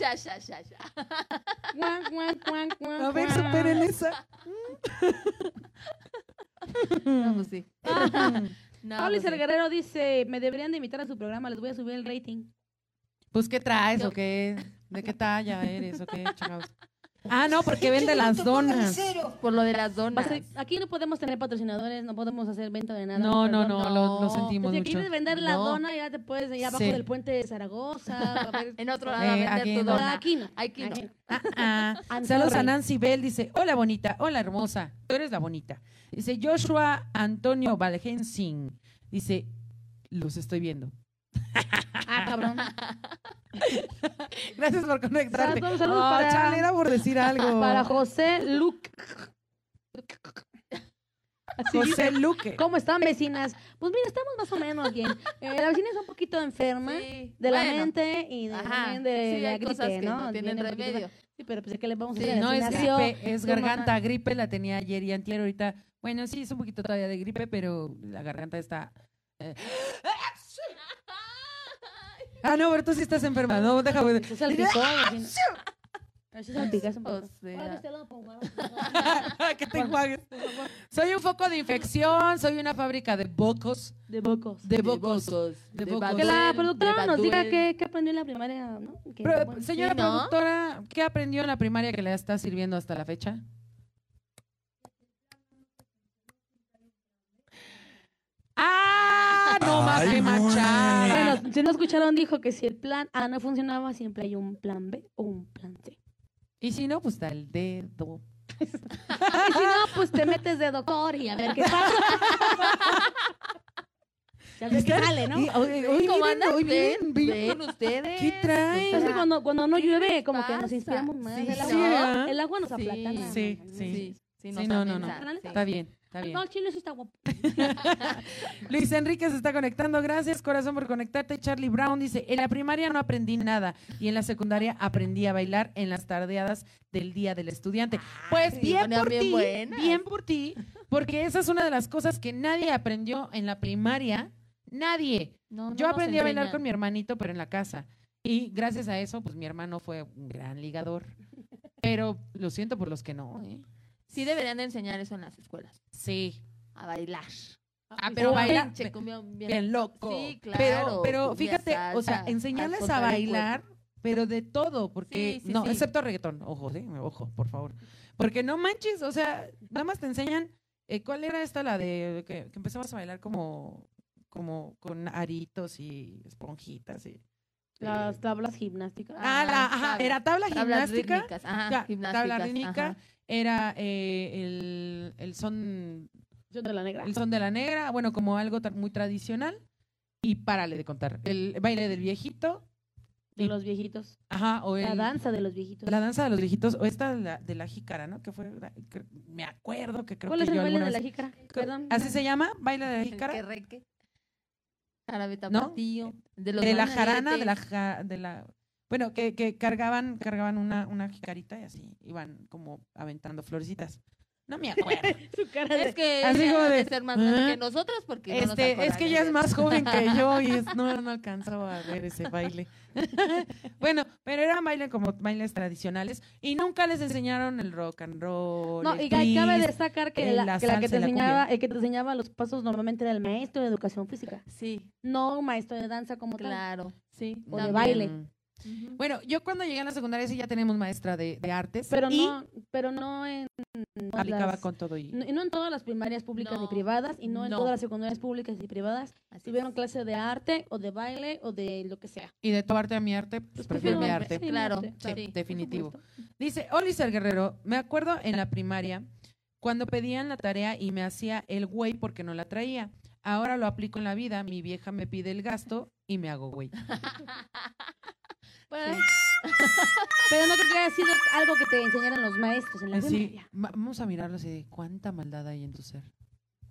Speaker 1: ya, ya, ya, ya.
Speaker 4: Guan, guan, guan, guan,
Speaker 2: A ver,
Speaker 4: guan.
Speaker 2: superen esa.
Speaker 1: No, pues sí. No,
Speaker 4: Pablo
Speaker 1: pues
Speaker 4: Isel
Speaker 1: sí.
Speaker 4: Guerrero dice, me deberían de invitar a su programa, les voy a subir el rating.
Speaker 2: Pues, ¿qué traes
Speaker 1: Yo-
Speaker 2: o qué? ¿De qué talla eres o qué, chingados? Ah, no, porque vende las donas.
Speaker 1: Por lo de las
Speaker 4: Va a
Speaker 1: donas.
Speaker 4: ser- Aquí no podemos tener patrocinadores, no podemos hacer venta de nada.
Speaker 2: No, no,
Speaker 4: perdón.
Speaker 2: no, lo, lo
Speaker 1: no.
Speaker 2: sentimos
Speaker 4: Desde que
Speaker 2: mucho.
Speaker 4: quieres vender la
Speaker 1: No.
Speaker 4: dona, ya te puedes ir abajo
Speaker 2: Sí.
Speaker 4: del puente de Zaragoza. a ver-
Speaker 1: En otro lado, a
Speaker 2: Eh,
Speaker 1: vender
Speaker 2: aquí
Speaker 1: tu
Speaker 2: no.
Speaker 1: dona.
Speaker 4: Aquí no.
Speaker 1: Aquí no.
Speaker 2: Ah, ah.
Speaker 4: I'm
Speaker 2: Saludos a
Speaker 4: sorry.
Speaker 2: Nancy Bell, dice, hola bonita, hola hermosa, tú eres la bonita. Dice Joshua Antonio Valgensing, dice, los estoy viendo.
Speaker 4: Ah, cabrón.
Speaker 2: Gracias por conectarte.
Speaker 4: Saludos, saludos
Speaker 2: Oh,
Speaker 4: para-
Speaker 2: chale, era por decir algo.
Speaker 4: Para José Luke. Así dice.
Speaker 2: José Luque.
Speaker 4: ¿Cómo están, vecinas? Pues mira, estamos más o menos bien. Eh, la vecina es un poquito enferma
Speaker 1: Sí,
Speaker 4: de la
Speaker 1: bueno.
Speaker 4: mente y de,
Speaker 1: Ajá.
Speaker 4: también de
Speaker 1: sí,
Speaker 4: la
Speaker 1: hay
Speaker 4: gripe,
Speaker 1: cosas que
Speaker 4: ¿no?
Speaker 1: no, tienen
Speaker 4: Tiene un poquito-
Speaker 1: remedio.
Speaker 4: Sí, pero pues es que le vamos a
Speaker 1: Sí,
Speaker 4: hacer.
Speaker 2: No
Speaker 4: Así
Speaker 2: es
Speaker 4: nació
Speaker 2: gripe, es
Speaker 4: su
Speaker 2: garganta.
Speaker 4: mamá.
Speaker 2: Gripe la tenía ayer y antier, ahorita, bueno, sí, es un poquito todavía de gripe, pero la garganta está... eh. Ah, no, pero tú sí estás enferma, no, déjame...
Speaker 4: Se salpicó, Pues vecina. Se salpicó un
Speaker 1: O
Speaker 4: poco. este
Speaker 1: sea,
Speaker 4: pues,
Speaker 2: que te enjuagues. Soy un foco de infección, soy una fábrica de bocos.
Speaker 4: De bocos.
Speaker 2: De bocos. de bocos.
Speaker 1: Baduel, Pues de
Speaker 4: Que la
Speaker 1: pues,
Speaker 4: productora nos diga
Speaker 1: Baduel.
Speaker 4: qué, qué aprendió en la primaria, ¿no? Que,
Speaker 2: Pero,
Speaker 4: bueno,
Speaker 2: señora
Speaker 1: sí, ¿no?
Speaker 2: productora, ¿qué aprendió en la primaria que le está sirviendo hasta la fecha? ¡Ah! No más
Speaker 7: Ay,
Speaker 2: que
Speaker 7: güey.
Speaker 2: machada.
Speaker 1: ah.
Speaker 4: Bueno, si no escucharon, dijo que si el plan A no funcionaba, siempre hay un plan B o un plan C.
Speaker 2: Y si no, pues da el dedo.
Speaker 4: Y si no, pues te metes de doctor y a ver qué pasa. Ya ves que sale, ¿no?
Speaker 2: Y, oye, hoy
Speaker 1: ¿Cómo
Speaker 2: miren,
Speaker 1: andan?
Speaker 2: hoy
Speaker 1: Ven,
Speaker 2: miren, miren.
Speaker 1: ven ustedes.
Speaker 2: ¿Qué traen?
Speaker 4: Es que cuando, cuando no
Speaker 1: ¿Qué
Speaker 4: llueve,
Speaker 1: les
Speaker 4: como que nos
Speaker 1: pasa?
Speaker 4: inspiramos más.
Speaker 1: Sí,
Speaker 4: el,
Speaker 1: ¿no?
Speaker 2: ¿eh?
Speaker 4: agua, el agua nos
Speaker 1: Sí.
Speaker 4: aplata.
Speaker 2: Sí, sí.
Speaker 1: Sí, sí,
Speaker 2: Sí,
Speaker 1: nos
Speaker 2: no, no, no.
Speaker 1: amenaza, sí.
Speaker 2: Está bien. Está bien.
Speaker 4: No, el chile sí está guapo.
Speaker 2: Luis Enrique se está conectando. Gracias, corazón, por conectarte. Charlie Brown dice, en la primaria no aprendí nada y en la secundaria aprendí a bailar en las tardeadas del Día del Estudiante. Pues bien
Speaker 1: ponían
Speaker 2: por
Speaker 1: bien
Speaker 2: ti,
Speaker 1: buenas.
Speaker 2: bien por ti, porque esa es una de las cosas que nadie aprendió en la primaria. Nadie.
Speaker 1: No, no
Speaker 2: Yo
Speaker 1: nos
Speaker 2: aprendí a bailar
Speaker 1: enseñan.
Speaker 2: con mi hermanito, pero en la casa. Y gracias a eso, pues mi hermano fue un gran ligador. Pero lo siento por los que no. ¿eh?
Speaker 1: Sí deberían de enseñar eso en las escuelas.
Speaker 2: Sí.
Speaker 1: A bailar.
Speaker 2: Ah, pero bailar.
Speaker 1: Pinche cumbia bien-
Speaker 2: bien loco.
Speaker 1: Sí,
Speaker 2: Pero,
Speaker 1: claro,
Speaker 2: pero
Speaker 1: cumbia,
Speaker 2: fíjate, o sea,
Speaker 1: salsa,
Speaker 2: enseñarles a
Speaker 1: contar el cuerpo.
Speaker 2: bailar, pero de todo, porque
Speaker 1: Sí, sí,
Speaker 2: no,
Speaker 1: sí.
Speaker 2: excepto reggaetón, ojo, sí, ojo, por favor. Porque no manches, o sea, nada más te enseñan eh, cuál era esta la de que, que empezabas a bailar como como con aritos y esponjitas y
Speaker 4: Las tablas gimnásticas.
Speaker 2: Ah, la- ajá,
Speaker 1: tabla.
Speaker 2: era tabla
Speaker 1: Tablas
Speaker 2: gimnástica.
Speaker 1: rítmicas, ajá,
Speaker 2: Ya, tabla
Speaker 1: gimnásticas,
Speaker 2: rítmica
Speaker 1: ajá.
Speaker 2: era eh, el, el son
Speaker 4: Yo de la negra.
Speaker 2: el son de la negra, bueno, como algo tan- muy tradicional. Y párale de contar. El baile del viejito,
Speaker 4: De los viejitos.
Speaker 2: ajá, o el,
Speaker 4: La danza de los viejitos.
Speaker 2: la danza de los viejitos, o esta de la, de la jícara, ¿no? Que fue, la- que- me acuerdo que creo
Speaker 4: ¿Cuál
Speaker 2: que
Speaker 4: es el
Speaker 2: yo
Speaker 4: baile
Speaker 2: alguna
Speaker 4: de la
Speaker 2: vez-
Speaker 4: jícara? Perdón.
Speaker 2: ¿Así se llama? ¿Baile de la
Speaker 1: El
Speaker 2: jícara?
Speaker 1: querreque. Jarabe
Speaker 2: ¿No?
Speaker 1: tapatío. De, los
Speaker 2: De la
Speaker 1: managuetes.
Speaker 2: jarana, de la, ja- de la... Bueno, que, que cargaban, cargaban una, una jicarita y así, iban como aventando florecitas. No me acuerdo.
Speaker 4: Su cara de...
Speaker 1: Es que
Speaker 2: Así
Speaker 1: ella
Speaker 2: como
Speaker 1: debe
Speaker 2: de,
Speaker 1: ser más grande
Speaker 2: ¿ah?
Speaker 1: que nosotros porque no nos
Speaker 2: Este, es que
Speaker 1: acordamos
Speaker 2: ella es
Speaker 1: de
Speaker 2: más
Speaker 1: eso.
Speaker 2: joven que yo y es- no, no alcanzaba a ver ese baile. bueno, pero eran bailes como bailes tradicionales y nunca les enseñaron el rock and roll.
Speaker 4: No,
Speaker 2: el
Speaker 4: y ca- cabe
Speaker 2: twist.
Speaker 4: destacar que
Speaker 2: el-
Speaker 4: la,
Speaker 2: la
Speaker 4: que la que
Speaker 2: salsa
Speaker 4: te
Speaker 2: y la
Speaker 4: enseñaba,
Speaker 2: cumbia.
Speaker 4: el que te enseñaba los pasos normalmente era el maestro de educación física,
Speaker 1: Sí,
Speaker 4: no un maestro de danza como
Speaker 1: claro. Sí,
Speaker 4: o de baile.
Speaker 1: Ujú.
Speaker 2: Bueno, yo cuando llegué a la secundaria sí ya teníamos maestra de, de artes
Speaker 4: tal. Pero
Speaker 2: y
Speaker 4: no, pero no en todas
Speaker 2: aplicaba
Speaker 4: las-
Speaker 2: con todo y
Speaker 4: no- y no en todas las primarias públicas
Speaker 1: No,
Speaker 4: y privadas y no en
Speaker 2: no.
Speaker 4: todas las secundarias públicas y privadas
Speaker 1: Así
Speaker 4: tuvieron
Speaker 1: es.
Speaker 4: clase de arte o de baile o de lo que sea.
Speaker 2: y de tu arte a mi arte, pues prefiero mi
Speaker 4: prefiero-
Speaker 2: arte.
Speaker 4: sí, mi
Speaker 1: Claro,
Speaker 4: arte.
Speaker 2: Sí,
Speaker 1: sí.
Speaker 2: definitivo.
Speaker 4: Por supuesto.
Speaker 2: Dice Oliver Guerrero, me acuerdo en la primaria cuando pedían la tarea y me hacía el güey porque no la traía. Ahora lo aplico en la vida, mi vieja me pide el gasto y me hago güey.
Speaker 1: Bueno,
Speaker 4: Pero no creo que haya sido algo que te enseñaran los maestros en la
Speaker 2: Así,
Speaker 4: primaria.
Speaker 2: ma- vamos a mirarlo así de cuánta maldad hay en tu ser.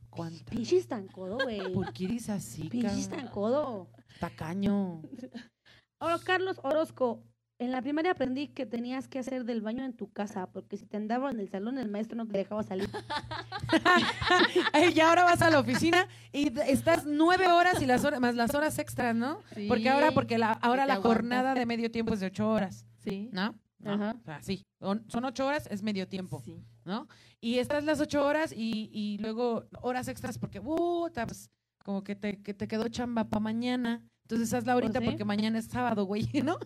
Speaker 2: ¿Cuánta?
Speaker 4: Pinches tan codo, güey.
Speaker 2: ¿Por qué eres así,
Speaker 4: Pinches
Speaker 2: cabrón?
Speaker 4: tan codo.
Speaker 2: Tacaño.
Speaker 4: Oro Carlos Orozco, en la primaria aprendí que tenías que hacer del baño en tu casa, porque si te andaba en el salón el maestro no te dejaba salir.
Speaker 2: Ey, y ahora vas a la oficina y d- estás nueve horas y las horas, más las horas extras, ¿no? Porque ahora,
Speaker 1: sí,
Speaker 2: porque la, ahora
Speaker 1: te
Speaker 2: la
Speaker 1: aguantas.
Speaker 2: jornada de medio tiempo es de ocho horas,
Speaker 1: Sí.
Speaker 2: ¿no? ¿No?
Speaker 4: Ajá.
Speaker 2: O sea, sí, son son ocho horas, es medio tiempo,
Speaker 1: sí.
Speaker 2: ¿no? Y estás las ocho horas y, y luego horas extras porque, uh, como que te, que te quedó chamba para mañana. Entonces hazla
Speaker 1: Pues
Speaker 2: ahorita
Speaker 4: sí.
Speaker 2: porque mañana es sábado, güey, ¿no?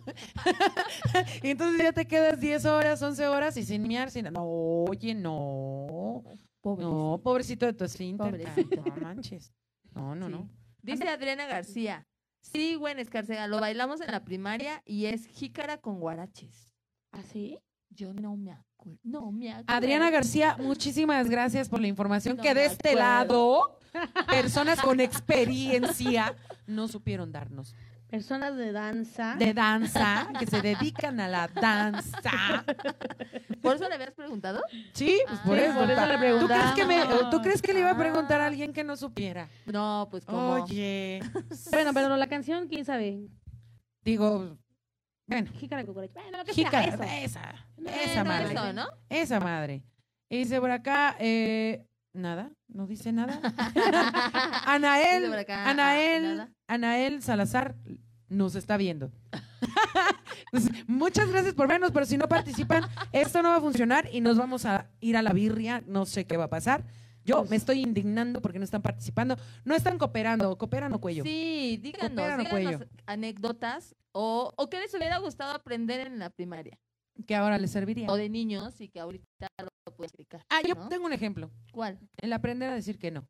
Speaker 2: y entonces ya te quedas 10 horas, 11 horas y sin miar, sin... No, oye, no. No, pobrecito de tu esfínter.
Speaker 1: Pobrecito.
Speaker 2: ca- No manches. No, no,
Speaker 1: Sí.
Speaker 2: no.
Speaker 1: Dice Adriana García. Sí, Gwen Escarcega, lo bailamos en la primaria y es jícara con guaraches.
Speaker 2: ¿Ah,
Speaker 4: ¿Así?
Speaker 1: Yo no me acuerdo. No me acuerdo.
Speaker 2: Adriana García, muchísimas gracias por la información
Speaker 1: No
Speaker 2: que de
Speaker 1: me
Speaker 2: este lado,
Speaker 1: acuerdo.
Speaker 2: personas con experiencia no supieron darnos.
Speaker 4: Personas de danza.
Speaker 2: De danza, que se dedican a la danza.
Speaker 1: ¿Por eso le habías preguntado?
Speaker 2: Sí, pues por
Speaker 1: Sí,
Speaker 2: eso.
Speaker 1: por eso le
Speaker 2: pa- ¿Tú crees, que me-
Speaker 1: preguntamos. Ah.
Speaker 2: ¿Tú crees que le iba a preguntar a alguien que no supiera?
Speaker 1: No, pues como.
Speaker 2: Oye.
Speaker 4: Bueno, pero la canción, quién sabe.
Speaker 2: Digo, bueno,
Speaker 4: Jícara cucaracha. Bueno, lo que sea,
Speaker 2: jícara,
Speaker 4: eso.
Speaker 2: esa, esa
Speaker 1: Esa
Speaker 2: madre.
Speaker 1: eso, Eh, ¿no?
Speaker 2: Esa madre. Y dice por acá, eh, nada, no dice nada.
Speaker 1: Dice por
Speaker 2: Anael,
Speaker 1: acá, ah,
Speaker 2: Anael,
Speaker 1: nada.
Speaker 2: Anael Salazar nos está viendo. Pues, Muchas gracias por vernos, pero si no participan, esto no va a funcionar y nos vamos a ir a la birria, no sé qué va a pasar. Yo me estoy indignando porque no están participando, no están cooperando, cooperan o cuello.
Speaker 1: Sí, díganos,
Speaker 2: Cooperan o
Speaker 1: díganos anécdotas o, o qué les hubiera gustado aprender en la primaria
Speaker 2: Que ahora les serviría.
Speaker 1: o de niños y que ahorita lo puedes explicar.
Speaker 2: Ah, yo
Speaker 1: ¿no?
Speaker 2: tengo un ejemplo.
Speaker 1: ¿Cuál?
Speaker 2: El aprender a decir que no.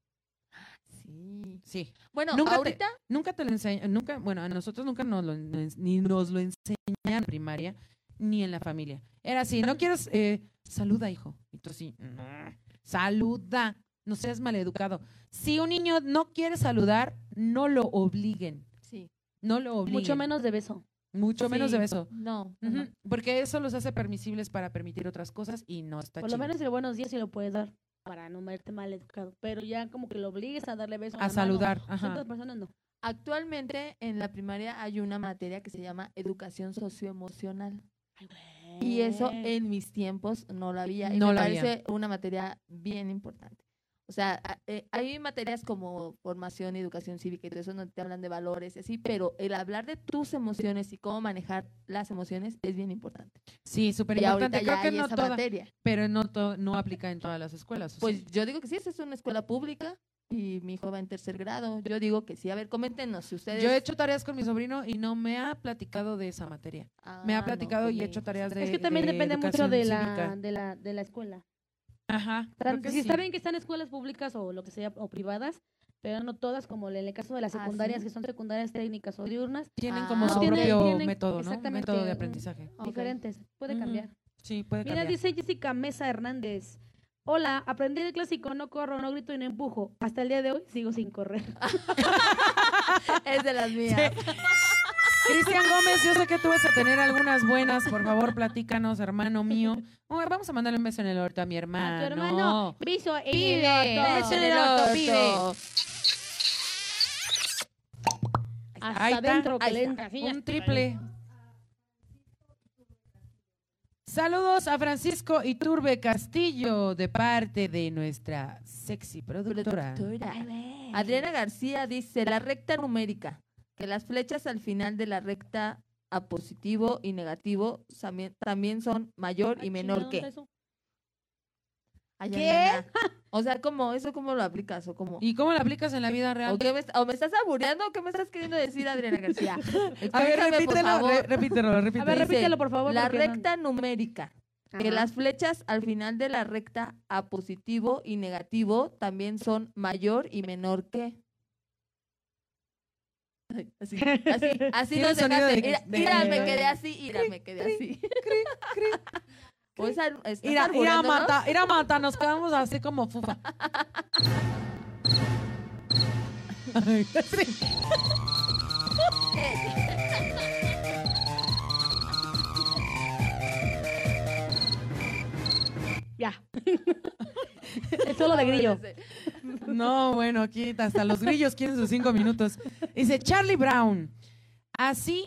Speaker 1: Sí.
Speaker 2: Sí.
Speaker 1: Bueno,
Speaker 2: Nunca te-
Speaker 1: ahorita
Speaker 2: Nunca te lo enseñan, nunca, bueno, a nosotros nunca nos lo, en- ni nos lo enseñan en primaria ni en la familia. Era así, no quieres, eh, saluda, hijo. Y tú así, "No, saluda, no seas maleducado. Si un niño no quiere saludar, no lo obliguen,
Speaker 1: sí.
Speaker 2: no lo obliguen.
Speaker 4: Mucho menos de beso.
Speaker 2: Mucho menos de
Speaker 1: Sí.
Speaker 2: beso.
Speaker 1: No.
Speaker 2: Ujú,
Speaker 1: ajá.
Speaker 2: Porque eso los hace permisibles para permitir otras cosas y no está
Speaker 4: Por
Speaker 2: chido.
Speaker 4: lo menos el buenos días sí lo puedes dar. para no verte mal educado, pero ya como que lo obligues a darle beso.
Speaker 2: A saludar, ajá.
Speaker 4: Otras personas no.
Speaker 1: Actualmente en la primaria hay una materia que se llama educación socioemocional.
Speaker 4: Ay, güey.
Speaker 1: Y eso en mis tiempos no la había. Y
Speaker 2: Mm. No
Speaker 1: me
Speaker 2: la había.
Speaker 1: parece una materia bien importante. O sea, a- eh, hay materias como formación y educación cívica y todo eso no te hablan de valores y así, pero el hablar de tus emociones y cómo manejar las emociones es bien importante.
Speaker 2: Sí, súper
Speaker 1: y ahorita
Speaker 2: importante.
Speaker 1: ya
Speaker 2: Creo que
Speaker 1: hay
Speaker 2: no
Speaker 1: esa
Speaker 2: toda,
Speaker 1: materia.
Speaker 2: pero no, to- no aplica en todas las escuelas. ¿o
Speaker 1: Pues
Speaker 2: sí?
Speaker 1: yo digo que sí, esa es una escuela pública y mi hijo va en tercer grado. Yo digo que sí. A ver, coméntenos si ustedes...
Speaker 2: yo he hecho tareas con mi sobrino y no me ha platicado de esa materia.
Speaker 1: Ah,
Speaker 2: Me ha
Speaker 1: no,
Speaker 2: platicado y he
Speaker 1: conmigo.
Speaker 2: hecho tareas de
Speaker 4: es que también
Speaker 2: de
Speaker 4: depende mucho
Speaker 2: educación
Speaker 4: de la,
Speaker 2: cívica.
Speaker 4: de, la, de la escuela.
Speaker 2: Ajá, creo
Speaker 4: Tan-
Speaker 2: que
Speaker 4: si
Speaker 2: sí.
Speaker 4: está bien que están escuelas públicas o lo que sea, o privadas, pero no todas, como en el caso de las
Speaker 1: Ah, sí.
Speaker 4: secundarias, que son secundarias técnicas o diurnas,
Speaker 2: Tienen como
Speaker 1: Ah,
Speaker 2: su
Speaker 1: tienen-
Speaker 2: propio
Speaker 4: tienen-
Speaker 2: método, ¿no?
Speaker 4: exactamente,
Speaker 2: Método de
Speaker 4: un-
Speaker 2: aprendizaje.
Speaker 1: Ok.
Speaker 4: diferentes. Puede
Speaker 2: Ujú.
Speaker 4: cambiar.
Speaker 2: Sí, puede
Speaker 4: Mira,
Speaker 2: cambiar.
Speaker 4: dice Jessica Mesa Hernández. Hola, aprendí el clásico, no corro, no grito y no empujo. Hasta el día de hoy sigo sin correr.
Speaker 1: Es de las mías.
Speaker 2: Cristian Gómez, yo sé que tú vas a tener algunas buenas. Por favor, platícanos, hermano mío. Oh, vamos a mandarle un beso en el orto a mi hermano.
Speaker 4: A Ah, tu hermano, piso en el orto.
Speaker 2: Beso en el orto, pibe.
Speaker 4: Hasta
Speaker 2: Ahí está,
Speaker 4: adentro que
Speaker 2: ahí
Speaker 4: le
Speaker 2: está.
Speaker 4: entra, así ya.
Speaker 2: Un triple. Saludos a Francisco Iturbe Castillo de parte de nuestra sexy productora.
Speaker 1: Productora. Adriana García dice la recta numérica, que las flechas al final de la recta a positivo y negativo también, también son mayor
Speaker 4: Ay,
Speaker 1: y menor
Speaker 4: chingado,
Speaker 1: que.
Speaker 4: eso.
Speaker 1: Ay,
Speaker 2: ¿Qué?
Speaker 1: Adriana. O sea, como eso cómo lo aplicas o cómo.
Speaker 2: ¿Y cómo la aplicas en la vida real?
Speaker 1: ¿O, qué me, est- o me estás aburriendo o qué me estás queriendo decir, Adriana García?
Speaker 2: A ver,
Speaker 1: Explícame, por
Speaker 2: repítelo,
Speaker 1: favor.
Speaker 2: re- repítelo, repítelo.
Speaker 4: A ver,
Speaker 1: Dice,
Speaker 4: repítelo, por favor.
Speaker 1: La
Speaker 4: porque no-
Speaker 1: recta numérica, que
Speaker 4: Ajá.
Speaker 1: las flechas al final de la recta a positivo y negativo también son mayor y menor que. Ay, Así, así, así
Speaker 2: Tiene
Speaker 1: nos
Speaker 2: el sonido
Speaker 1: dejaste.
Speaker 2: de-
Speaker 1: Mira,
Speaker 2: de-
Speaker 1: mira, me
Speaker 2: de-
Speaker 1: quedé así, mira, me quedé así. O esa- estás
Speaker 2: Ir a, ir a
Speaker 1: albureándonos.
Speaker 2: mata, ir a mata, nos quedamos así como fufa.
Speaker 4: Ya. es solo de grillo.
Speaker 2: No, bueno, aquí hasta los grillos quieren sus cinco minutos. Dice Charlie Brown. Así,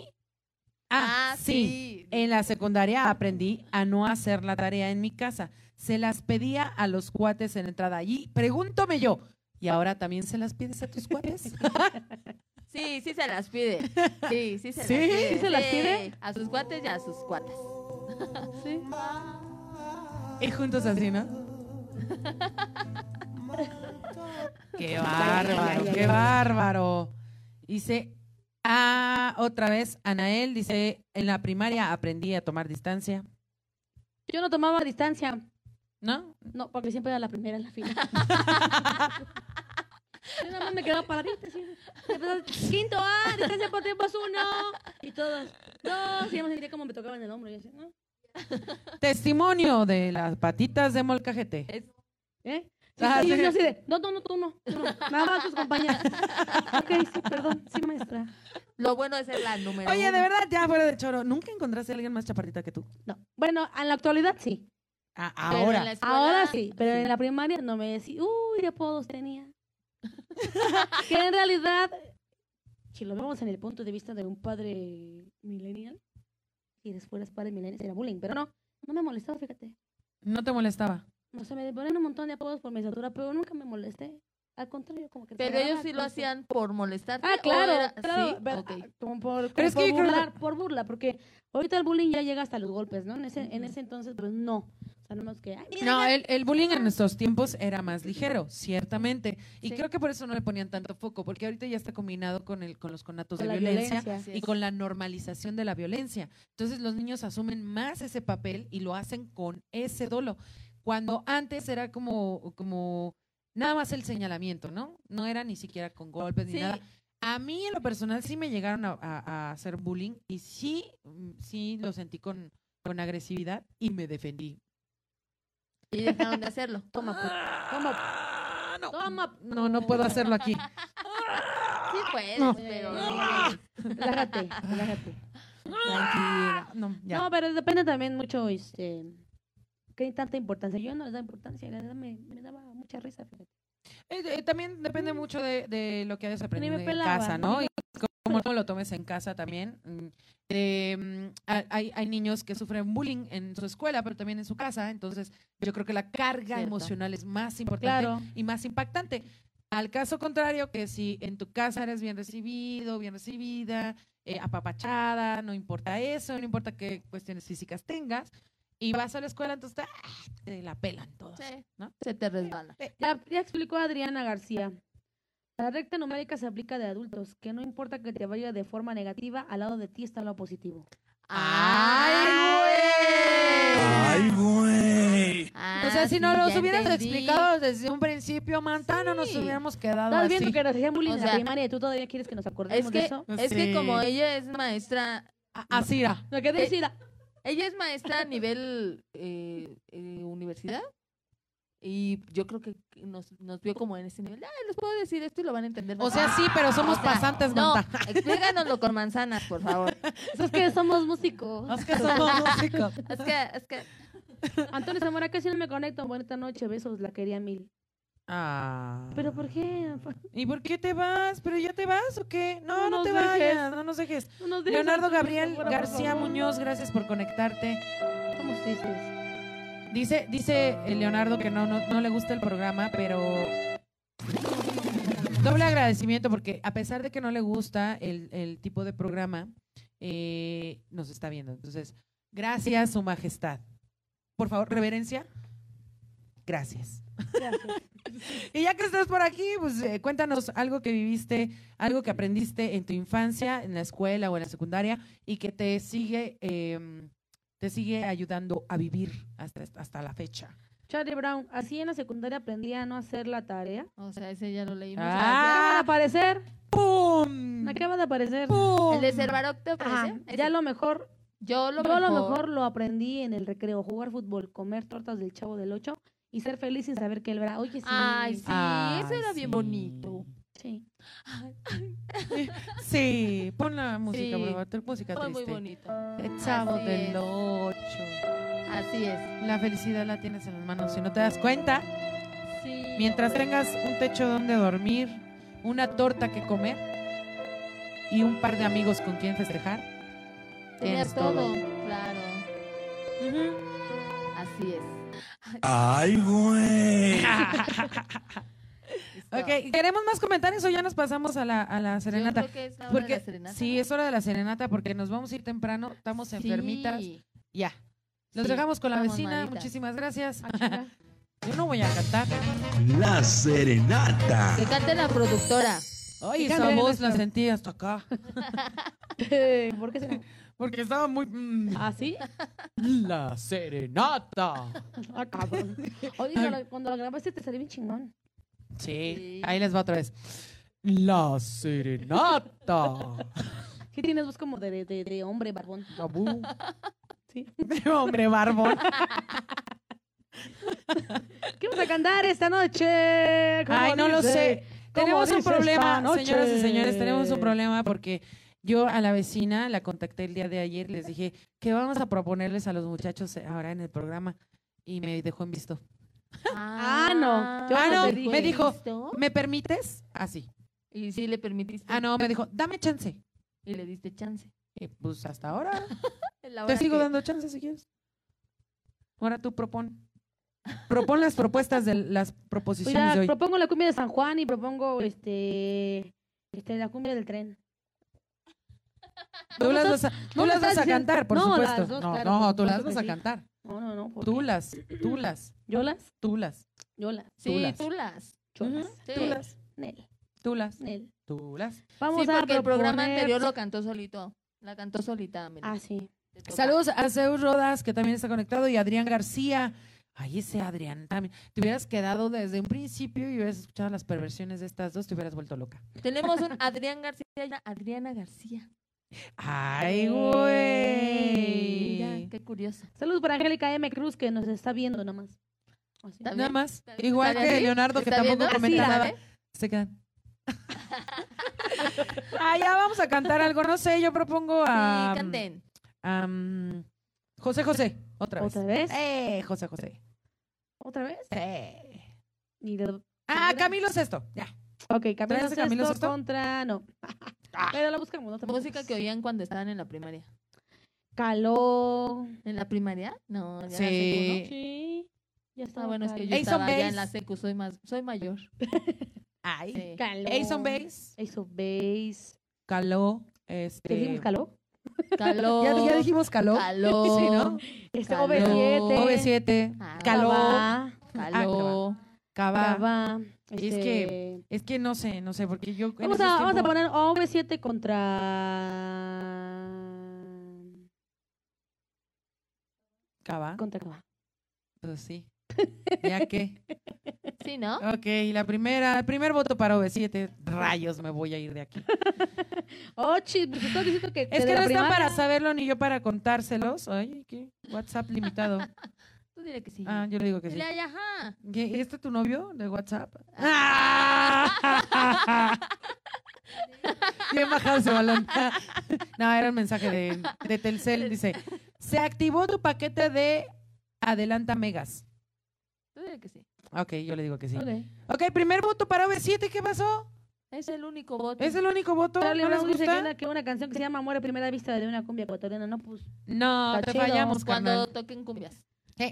Speaker 1: Ah,
Speaker 2: así.
Speaker 1: sí.
Speaker 2: En la secundaria aprendí a no hacer la tarea en mi casa. Se las pedía a los cuates en entrada. allí. pregúntome yo, ¿y ahora también se las pides a tus cuates?
Speaker 1: Sí, sí se las pide. Sí, sí se
Speaker 2: ¿Sí?
Speaker 1: las pide.
Speaker 2: ¿Sí se las
Speaker 1: Sí,
Speaker 2: pide?
Speaker 1: A sus cuates y a sus cuatas.
Speaker 2: Y juntos así, ¿no? qué bárbaro, qué bárbaro. Dice, ah, otra vez, Anael dice, en la primaria aprendí a tomar distancia.
Speaker 4: Yo no tomaba distancia.
Speaker 2: ¿No?
Speaker 4: No, porque siempre era la primera en la fila. Yo nada más me quedaba paradita. así. Empezaba, Quinto A, distancia por tiempos uno. Y todos, dos. Y ya me sentía como me tocaban el hombro. Y yo decía, ¿no?
Speaker 2: Testimonio de las patitas de molcajete.
Speaker 4: ¿Eh? Sí,
Speaker 2: Ah,
Speaker 4: sí,
Speaker 2: sí.
Speaker 4: yo así de, no, no, no, tú no. tú no. Nada más tus compañeras. ok, sí, perdón, sí, maestra.
Speaker 1: Lo bueno es ser la número
Speaker 2: Oye,
Speaker 1: uno.
Speaker 2: de verdad, ya fuera de choro, ¿nunca encontraste a alguien más chaparrita que tú?
Speaker 4: No. Bueno, en la actualidad sí.
Speaker 2: Ah,
Speaker 1: Pero en
Speaker 2: ahora.
Speaker 1: la escuela-
Speaker 4: Ahora sí, pero en la primaria no me decía, uy, de apodos tenía. que en realidad, si lo vemos en el punto de vista de un padre millennial, si eres fueras padre millennial sería bullying, pero no, no me molestaba, fíjate.
Speaker 2: No te molestaba.
Speaker 4: O sea, me ponen un montón de apodos por mi estatura, pero nunca me molesté. Al contrario, como que... les
Speaker 1: Pero
Speaker 4: agarraba
Speaker 1: ellos sí lo
Speaker 4: gusto.
Speaker 1: hacían por molestarte.
Speaker 4: Ah,
Speaker 1: o
Speaker 4: claro,
Speaker 1: era-
Speaker 4: claro,
Speaker 1: sí,
Speaker 4: pero,
Speaker 1: ok.
Speaker 4: ah, como por, como
Speaker 2: Pero es
Speaker 4: por
Speaker 2: que yo creo que-
Speaker 4: burlar, por burla, porque ahorita el bullying ya llega hasta los golpes, ¿no? En ese, en ese entonces, pues no. O sea, no más que, ay, mira,
Speaker 2: No, el, el bullying en nuestros tiempos era más ligero, ciertamente. Y
Speaker 1: Sí.
Speaker 2: creo que por eso no le ponían tanto foco, porque ahorita ya está combinado con, el, con los conatos
Speaker 4: con
Speaker 2: de
Speaker 4: la
Speaker 2: violencia,
Speaker 1: Así
Speaker 2: y
Speaker 1: es.
Speaker 2: con la normalización de la violencia. Entonces los niños asumen más ese papel y lo hacen con ese dolo. Cuando antes era como, como nada más el señalamiento, ¿no? No era ni siquiera con golpes ni
Speaker 1: Sí.
Speaker 2: nada. A mí en lo personal sí me llegaron a, a- a hacer bullying y sí, mm, sí lo sentí con, con agresividad y me defendí.
Speaker 1: Y dejaron de hacerlo.
Speaker 4: Toma, pues,
Speaker 2: Ah, no.
Speaker 4: toma,
Speaker 2: no, no puedo hacerlo aquí.
Speaker 1: pues. Sí puedes,
Speaker 2: No.
Speaker 1: pero...
Speaker 4: Relájate, relájate.
Speaker 2: Tranquila. No, ya.
Speaker 4: No, pero depende también mucho, este, qué tanta importancia. Yo no le daba importancia, le daba- me, me daba mucha risa. fíjate.
Speaker 2: Eh, eh, también depende mucho de, de lo que hayas aprendido
Speaker 4: me
Speaker 2: en
Speaker 4: pelaba,
Speaker 2: casa,
Speaker 4: no
Speaker 2: ¿no? Y cómo, cómo lo tomes en casa también. Mm, eh, mm, ha- hay, hay niños que sufren bullying en su escuela, pero también en su casa. Entonces, yo creo que la carga
Speaker 1: Cierto.
Speaker 2: emocional es más importante
Speaker 4: Claro.
Speaker 2: y más impactante. Al caso contrario, que si en tu casa eres bien recibido, bien recibida, eh, apapachada, no importa eso, no importa qué cuestiones físicas tengas, y vas a la escuela, entonces ¡ah! te la pelan todos.
Speaker 1: Sí,
Speaker 2: ¿no?
Speaker 1: Se te resbala.
Speaker 4: Ya, ya explicó Adriana García. La recta numérica se aplica de adultos, que no importa que te vaya de forma negativa, al lado de ti está lo positivo.
Speaker 7: ¡Ay, güey!
Speaker 2: O sea,
Speaker 1: Ah,
Speaker 2: si no los hubieras
Speaker 1: hubieras
Speaker 2: explicado desde un principio, Manta, no nos
Speaker 1: Sí.
Speaker 2: hubiéramos quedado
Speaker 4: ¿Estás
Speaker 2: así.
Speaker 4: viendo que nos hacían bullying
Speaker 1: O
Speaker 4: en la
Speaker 1: sea,
Speaker 4: primaria y tú todavía quieres que nos acordemos
Speaker 1: Es
Speaker 4: de
Speaker 1: que,
Speaker 4: eso?
Speaker 1: es que como
Speaker 2: Sí.
Speaker 1: ella es maestra,
Speaker 2: A- Así era.
Speaker 4: Lo que decir,
Speaker 1: ella es maestra a nivel eh, eh, universidad y yo creo que nos, nos vio como en ese nivel. Ah, les puedo decir esto y lo van a entender.
Speaker 2: O sea, sí, pero somos
Speaker 1: O sea,
Speaker 2: pasantes,
Speaker 1: no,
Speaker 2: Manta.
Speaker 1: explícanoslo con manzanas, por favor.
Speaker 4: es que somos músicos.
Speaker 2: Es que somos músicos.
Speaker 1: Es que, es que
Speaker 4: Antonio Zamora, casi no me conecto. Buena noche, besos, la quería mil.
Speaker 2: Ah.
Speaker 4: ¿Pero por qué?
Speaker 2: ¿Y por qué te vas? ¿Pero ya te vas o qué? No,
Speaker 4: No
Speaker 2: no,
Speaker 4: nos
Speaker 2: te
Speaker 4: dejes.
Speaker 2: vayas, no nos dejes.
Speaker 4: No nos dejes
Speaker 2: Leonardo
Speaker 4: así,
Speaker 2: Gabriel
Speaker 4: por favor, por
Speaker 2: García
Speaker 4: favor.
Speaker 2: Muñoz, gracias por conectarte.
Speaker 4: Estamos tristes.
Speaker 2: Dice, dice eh, Leonardo que no, no, no le gusta el programa, pero doble agradecimiento porque a pesar de que no le gusta el, el tipo de programa, eh, nos está viendo. Entonces, gracias, Su Majestad. Por favor, reverencia. Gracias.
Speaker 4: Gracias.
Speaker 2: Y ya que estás por aquí, pues eh, cuéntanos algo que viviste, algo que aprendiste en tu infancia, en la escuela o en la secundaria y que te sigue, eh, te sigue ayudando a vivir hasta, hasta la fecha.
Speaker 4: Charlie Brown, así en la secundaria aprendí a no hacer la tarea.
Speaker 1: O sea, ese ya lo leímos.
Speaker 4: Acaba de
Speaker 2: ¡Ah!
Speaker 4: aparecer.
Speaker 2: ¡Pum!
Speaker 4: Acaba de aparecer.
Speaker 2: ¡Pum!
Speaker 1: El de Cervarocto, ¿te
Speaker 4: Ajá,
Speaker 1: parece? Ese.
Speaker 4: Ya lo mejor,
Speaker 1: yo lo
Speaker 4: yo
Speaker 1: mejor.
Speaker 4: lo mejor lo aprendí en el recreo, jugar fútbol, comer tortas del chavo del 8 y ser feliz sin saber que él verá. Oye, sí.
Speaker 1: Ay, sí,
Speaker 2: Ay,
Speaker 1: eso era bien
Speaker 2: Ah, sí.
Speaker 1: bonito.
Speaker 4: sí.
Speaker 2: Sí, pon la
Speaker 1: Sí.
Speaker 2: música, por favor, tu música
Speaker 1: Fue muy
Speaker 2: triste.
Speaker 1: bonito.
Speaker 2: El chavo
Speaker 1: Así
Speaker 2: del
Speaker 1: es.
Speaker 2: ocho.
Speaker 1: Así es.
Speaker 2: La felicidad la tienes en las manos, si no te das cuenta.
Speaker 1: Sí,
Speaker 2: Mientras
Speaker 1: hombre.
Speaker 2: tengas un techo donde dormir, una torta que comer y un par de amigos con quien festejar,
Speaker 1: tenías
Speaker 2: tienes todo.
Speaker 1: todo. Claro. Así es.
Speaker 7: ¡Ay, güey!
Speaker 1: Listo.
Speaker 2: Ok, ¿queremos más comentarios o ya nos pasamos a la, a la
Speaker 1: Yo
Speaker 2: serenata?
Speaker 1: creo que es la hora de
Speaker 2: Porque
Speaker 1: la serenata,
Speaker 2: sí,
Speaker 1: ¿no?
Speaker 2: es hora de la serenata porque nos vamos a ir temprano, estamos enfermitas.
Speaker 1: Sí.
Speaker 2: Ya. Los
Speaker 1: Sí,
Speaker 2: dejamos con la
Speaker 1: estamos
Speaker 2: vecina,
Speaker 1: malitas.
Speaker 2: muchísimas gracias.
Speaker 4: Ah, chinga.
Speaker 2: Yo no voy a cantar.
Speaker 3: La Serenata.
Speaker 1: Que cante la productora.
Speaker 2: Ay,
Speaker 4: ¿Qué
Speaker 2: esa
Speaker 4: canción
Speaker 2: voz
Speaker 4: es
Speaker 2: la
Speaker 4: esa?
Speaker 2: sentí hasta acá.
Speaker 4: Eh, ¿Por qué será?
Speaker 2: Porque estaba muy... mm,
Speaker 4: ¿Ah, sí?
Speaker 2: La serenata.
Speaker 4: Ah, cabrón. Oye, cuando- cuando lo grabaste te salió bien chingón.
Speaker 2: Sí.
Speaker 1: Sí.
Speaker 2: Ahí les va otra vez. La serenata.
Speaker 4: Sí tienes voz como de, de, de hombre barbón.
Speaker 2: Tabú.
Speaker 4: Sí.
Speaker 2: Hombre barbón.
Speaker 4: ¿Qué vamos a cantar esta noche? ¿Cómo
Speaker 2: Ay, no lo
Speaker 4: dice? Pues
Speaker 2: sé.
Speaker 4: ¿Cómo
Speaker 2: Tenemos un
Speaker 4: dice esta
Speaker 2: problema,
Speaker 4: noche?
Speaker 2: señoras y señores, tenemos un problema porque yo a la vecina la contacté el día de ayer, les dije, ¿qué vamos a proponerles a los muchachos ahora en el programa? Y me dejó en visto.
Speaker 4: Ah, no. Yo
Speaker 2: Ah,
Speaker 4: no
Speaker 2: no,
Speaker 4: te
Speaker 1: dije.
Speaker 2: me dijo,
Speaker 1: ¿Listo?
Speaker 2: ¿me permites? Así.
Speaker 1: Y sí le permitiste.
Speaker 2: Ah, no, me dijo, dame chance.
Speaker 1: Y le diste chance.
Speaker 2: Y pues hasta ahora.
Speaker 1: En la
Speaker 2: Te
Speaker 1: hora
Speaker 2: sigo
Speaker 1: que-
Speaker 2: dando chance si quieres. Ahora tú propon. Propon las propuestas de las
Speaker 4: Pues
Speaker 2: proposiciones
Speaker 4: ya,
Speaker 2: de hoy.
Speaker 4: propongo la cumbia de San Juan y propongo este, este la cumbia del tren.
Speaker 2: Tú las vas a, tú
Speaker 4: no me
Speaker 2: las
Speaker 4: estás
Speaker 2: vas a
Speaker 4: diciendo-
Speaker 2: cantar, por
Speaker 4: no,
Speaker 2: supuesto.
Speaker 4: las dos,
Speaker 2: no,
Speaker 4: claro,
Speaker 2: no,
Speaker 4: por
Speaker 2: tú las
Speaker 4: supuesto
Speaker 2: vas
Speaker 4: que
Speaker 2: a
Speaker 4: sí.
Speaker 2: cantar.
Speaker 4: No, no, no. ¿por
Speaker 2: Tú
Speaker 4: qué?
Speaker 2: las, tú las,
Speaker 4: ¿Yo las?
Speaker 2: tú las,
Speaker 4: Yo las.
Speaker 1: Sí,
Speaker 2: Tulas.
Speaker 1: tulas.
Speaker 4: Yo
Speaker 2: Ujú.
Speaker 4: las.
Speaker 1: Sí.
Speaker 2: tú las,
Speaker 4: Nel,
Speaker 2: tú las,
Speaker 4: Nel.
Speaker 2: tú las.
Speaker 4: Vamos
Speaker 1: sí,
Speaker 4: a
Speaker 1: porque el programa
Speaker 4: proponer-
Speaker 1: anterior lo cantó solito. La cantó solita, Amelie.
Speaker 4: Ah, sí.
Speaker 1: Te toca.
Speaker 2: Saludos a Zeus Rodas, que también está conectado, y Adrián García. Ay, ese Adrián también. Te hubieras quedado desde un principio y hubieras escuchado las perversiones de estas dos, te hubieras vuelto loca.
Speaker 1: Tenemos un Adrián García y una Adriana García.
Speaker 2: Ay,
Speaker 1: Mira,
Speaker 2: güey.
Speaker 1: qué curiosa.
Speaker 4: Saludos para Angélica M. Cruz que nos está viendo nomás. Así.
Speaker 1: Está bien.
Speaker 2: Nada más.
Speaker 1: ¿Está-
Speaker 2: Igual
Speaker 1: está
Speaker 2: que
Speaker 1: bien?
Speaker 2: Leonardo, que
Speaker 1: ¿Está
Speaker 2: tampoco
Speaker 1: viendo?
Speaker 2: comenta
Speaker 1: Sí,
Speaker 2: nada.
Speaker 1: ¿eh?
Speaker 2: Se quedan. ah, ya vamos a cantar algo. No sé, yo propongo a. um,
Speaker 1: Sí, canten.
Speaker 2: am, José José, otra vez.
Speaker 4: ¿Otra vez?
Speaker 2: Eh, José José.
Speaker 4: ¿Otra vez?
Speaker 2: Eh.
Speaker 4: Y de-
Speaker 2: Ah, Camilo Sesto. Ya.
Speaker 4: Ok, Camilo
Speaker 2: ¿Traes a Camilo
Speaker 4: Sesto
Speaker 2: Sesto?
Speaker 4: contra... No. Pero la buscamos, no te preocupes.
Speaker 1: Música que oían cuando estaban en la primaria.
Speaker 4: Caló.
Speaker 1: ¿En la primaria? No, ya en la
Speaker 2: Sí.
Speaker 1: secu,
Speaker 4: Sí. Ya
Speaker 1: ¿no?
Speaker 4: está.
Speaker 1: Ah, bueno, es que yo
Speaker 2: Ace of
Speaker 1: estaba ya
Speaker 2: Base.
Speaker 1: en la secu, soy más, soy mayor.
Speaker 2: Ay.
Speaker 1: Sí.
Speaker 4: Caló.
Speaker 2: Ace on Base.
Speaker 4: Ace of Base.
Speaker 2: Caló.
Speaker 4: ¿Qué dijimos?
Speaker 2: Este.
Speaker 4: ¿Caló?
Speaker 1: Calor.
Speaker 2: Ya, ya dijimos caló.
Speaker 1: Calor.
Speaker 2: Sí, ¿no?
Speaker 4: Este,
Speaker 1: Caló.
Speaker 4: OV7.
Speaker 2: OV7.
Speaker 1: Ah,
Speaker 2: Caló.
Speaker 4: Cabá,
Speaker 1: Calor.
Speaker 2: Cava.
Speaker 4: Cabá.
Speaker 2: Es
Speaker 4: este,
Speaker 2: que- Es que no sé, no sé, porque yo. en
Speaker 4: Vamos
Speaker 2: esos
Speaker 4: a, vamos a
Speaker 2: tiempos-
Speaker 4: poner OV7 contra...
Speaker 2: Cava.
Speaker 4: Contra Cabá.
Speaker 2: Pues sí. ¿Ya qué?
Speaker 1: Sí, ¿no?
Speaker 2: Ok, la primera, el primer voto para OV7. Rayos, me voy a ir de aquí.
Speaker 4: Oh, chis, pues estás diciendo que...
Speaker 2: Es
Speaker 4: de
Speaker 2: que no
Speaker 4: la
Speaker 2: están
Speaker 4: primaria-
Speaker 2: para saberlo ni yo para contárselos. Ay, ¿qué? WhatsApp limitado.
Speaker 1: Tú dile que sí.
Speaker 2: Ah, yo le digo que sí.
Speaker 1: Dile, ay, ajá.
Speaker 2: ¿Qué, ¿Este tu novio de WhatsApp? Bien bajado ese balón. no, era un mensaje de, de Telcel. Dice, se activó tu paquete de Adelanta Megas.
Speaker 1: Tú dile que sí.
Speaker 2: Ok, yo le digo que sí.
Speaker 1: Ok.
Speaker 2: Ok, primer voto para V7. ¿Qué pasó?
Speaker 1: Es el único voto.
Speaker 2: ¿Es el único voto?
Speaker 4: Darle
Speaker 2: ¿No
Speaker 4: una
Speaker 2: les
Speaker 4: música que
Speaker 2: gusta?
Speaker 4: una- que una canción que se llama Amor a primera vista de una cumbia ecuatoriana, no pues,
Speaker 2: No,
Speaker 1: Está
Speaker 2: te
Speaker 1: chido.
Speaker 2: fallamos,
Speaker 1: cuando
Speaker 2: carnal.
Speaker 1: toquen cumbias.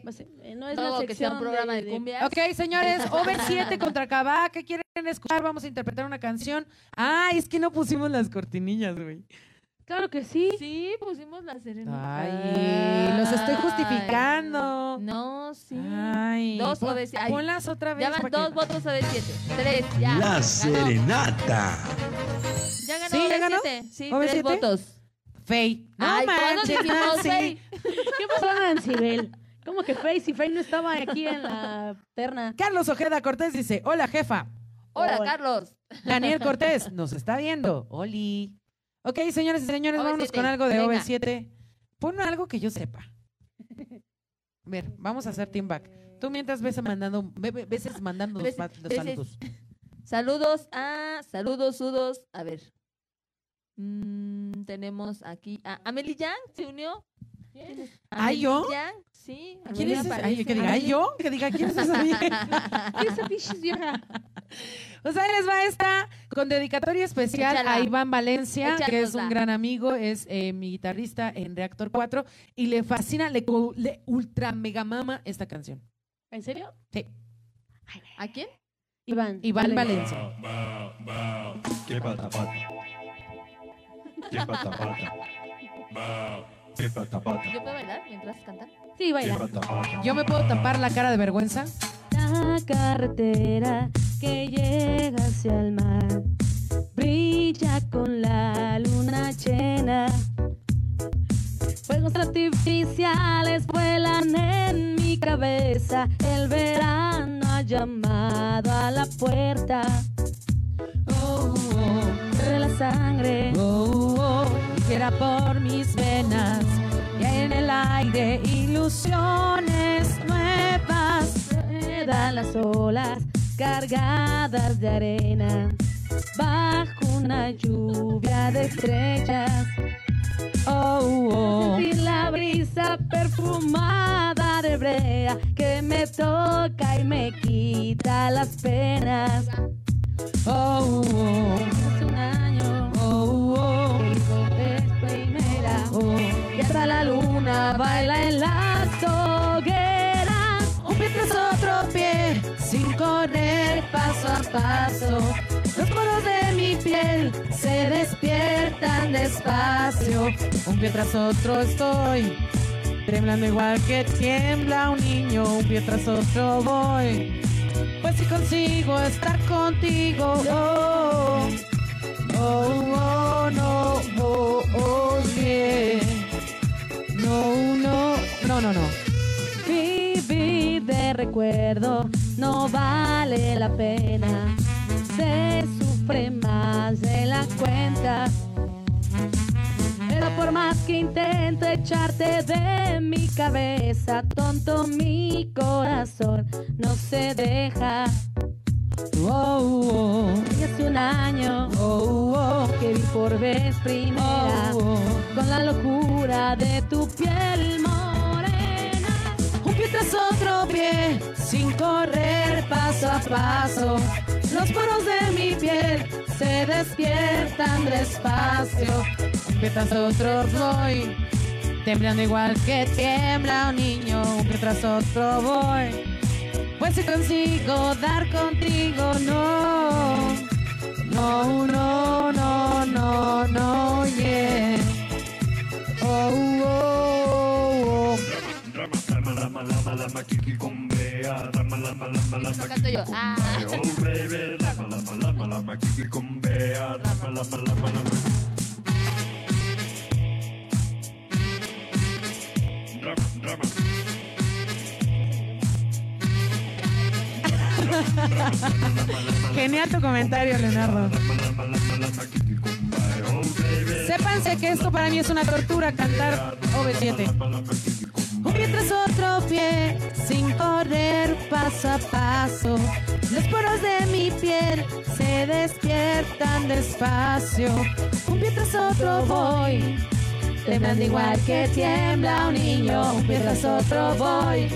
Speaker 4: no sé, eh, no es
Speaker 1: Todo
Speaker 4: una
Speaker 1: que sea un
Speaker 4: sección
Speaker 1: programa de, cumbias.
Speaker 2: Ok, señores, OV7 contra Cabá. ¿Qué quieren escuchar? Vamos a interpretar una canción. Ah, es que no pusimos las cortinillas, güey.
Speaker 4: Claro que sí.
Speaker 1: Sí, pusimos la serenata.
Speaker 2: Ay, los estoy justificando.
Speaker 1: No, sí.
Speaker 2: Ay,
Speaker 1: Dos
Speaker 2: pon-
Speaker 1: OV7. Ay.
Speaker 2: Ponlas otra vez.
Speaker 1: Ya van
Speaker 2: pa'
Speaker 1: dos
Speaker 2: que-
Speaker 1: votos a de siete. Tres, ya.
Speaker 7: La
Speaker 1: Ganó.
Speaker 7: serenata.
Speaker 1: Ya ganó
Speaker 2: Sí, ya
Speaker 1: de
Speaker 2: ganó.
Speaker 1: siete. Sí,
Speaker 2: ¿O de
Speaker 1: tres
Speaker 2: siete?
Speaker 1: votos.
Speaker 2: Fey. No
Speaker 1: Ay, ¿cuándo
Speaker 2: manches,
Speaker 1: dijimos,
Speaker 2: Nancy.
Speaker 1: güey?
Speaker 4: ¿Qué pasó, Nancibel? ¿Cómo que Faye? Si Faye no estaba aquí en la terna.
Speaker 2: Carlos Ojeda Cortés dice, hola jefa.
Speaker 1: Hola,
Speaker 4: Hola.
Speaker 1: Carlos.
Speaker 2: Daniel Cortés nos está viendo. Oli. Ok, señores y señores, vámonos
Speaker 1: OV7,
Speaker 2: con algo de
Speaker 1: venga.
Speaker 2: OV7. Pon algo que yo sepa. A ver, vamos a hacer team back. Tú mientras ves mandando, ve- ve- veces mandando los,
Speaker 1: Veces-
Speaker 2: pa- los
Speaker 1: veces.
Speaker 2: saludos.
Speaker 1: Saludos a. Saludos, sudos. A ver. Mm, tenemos aquí a Amelie Yang, ¿se unió?
Speaker 2: ¿Ah,
Speaker 1: Amelie
Speaker 2: yo?
Speaker 1: Yang, sí.
Speaker 2: ¿Quién
Speaker 1: Amelie
Speaker 2: es esa? Ay,
Speaker 1: aparece. Ah,
Speaker 2: que diga, ay, yo, que diga, ¿quién es esa vieja?
Speaker 4: ¿Qué esa pinche vieja?
Speaker 2: Pues ahí les va esta con dedicatoria especial a
Speaker 1: Échala.
Speaker 2: Iván Valencia, que es un
Speaker 1: Échanosla.
Speaker 2: gran amigo, es eh, mi guitarrista en Reactor 4 y le fascina, le, co- le ultra mega mama esta canción.
Speaker 4: ¿En serio?
Speaker 2: Sí,
Speaker 1: ¿A quién?
Speaker 4: Iván.
Speaker 2: Iván
Speaker 4: Vale.
Speaker 2: Valencia.
Speaker 7: ¿Qué pata pata? ¿Qué pata pata? ¿Qué pata pata?
Speaker 1: ¿Yo puedo bailar mientras cantan?
Speaker 4: Sí,
Speaker 7: ¿Qué
Speaker 4: baila.
Speaker 7: pata pata?
Speaker 2: Yo me puedo tapar la cara de vergüenza.
Speaker 4: La carretera que llega hacia el mar brilla con la luna llena. Fuegos artificiales vuelan en mi cabeza. El verano ha llamado a la puerta.
Speaker 2: Oh,
Speaker 4: Corre la sangre,
Speaker 2: oh, oh, oh, ligera por mis venas. Y en el aire ilusiones nuevas.
Speaker 4: ruedan las olas cargadas de arena. Bajo una lluvia de estrellas.
Speaker 2: Oh, oh.
Speaker 4: Sentir la brisa perfumada de brea que me toca y me quita las penas.
Speaker 2: Oh, oh,
Speaker 4: Hace un año
Speaker 2: oh,
Speaker 4: que hizo vez primera
Speaker 2: oh, oh.
Speaker 4: y hasta la luna baila en las hogueras.
Speaker 2: Un pie tras otro pie, sin correr paso a paso. Los poros de mi piel se despiertan despacio. Un pie tras otro estoy, temblando igual que tiembla un niño. Un pie tras otro voy, pues si consigo estar contigo. Oh, oh, oh, no, oh, oh, yeah. No, no, no, no, no.
Speaker 4: Vivir de recuerdo no vale la pena. Se sufre más de la cuenta. Pero por más que intento echarte de mi cabeza, tonto mi corazón no se deja.
Speaker 2: Oh, oh.
Speaker 4: Y hace un año
Speaker 2: Oh,
Speaker 4: que vi por vez
Speaker 2: oh,
Speaker 4: primera
Speaker 2: oh,
Speaker 4: con la locura de tu piel morena.
Speaker 2: oh. Un pie tras es otro pie, sin correr paso a paso. Los poros de mi piel se despiertan despacio. Que otro voy, temblando igual que tiembla un niño. Que tras otro voy, pues si consigo dar contigo, no. No, no, no, no, no, yeah. Oh, oh, oh.
Speaker 1: Lo canto yo. Ah.
Speaker 2: Genial tu comentario, Leonardo. Sépanse que esto para mí es una tortura cantar OV7. Un pie tras otro pie, sin correr paso a paso. Los poros de mi piel se despiertan despacio. Un pie tras otro voy, temblando igual que tiembla un niño. Un pie tras otro voy,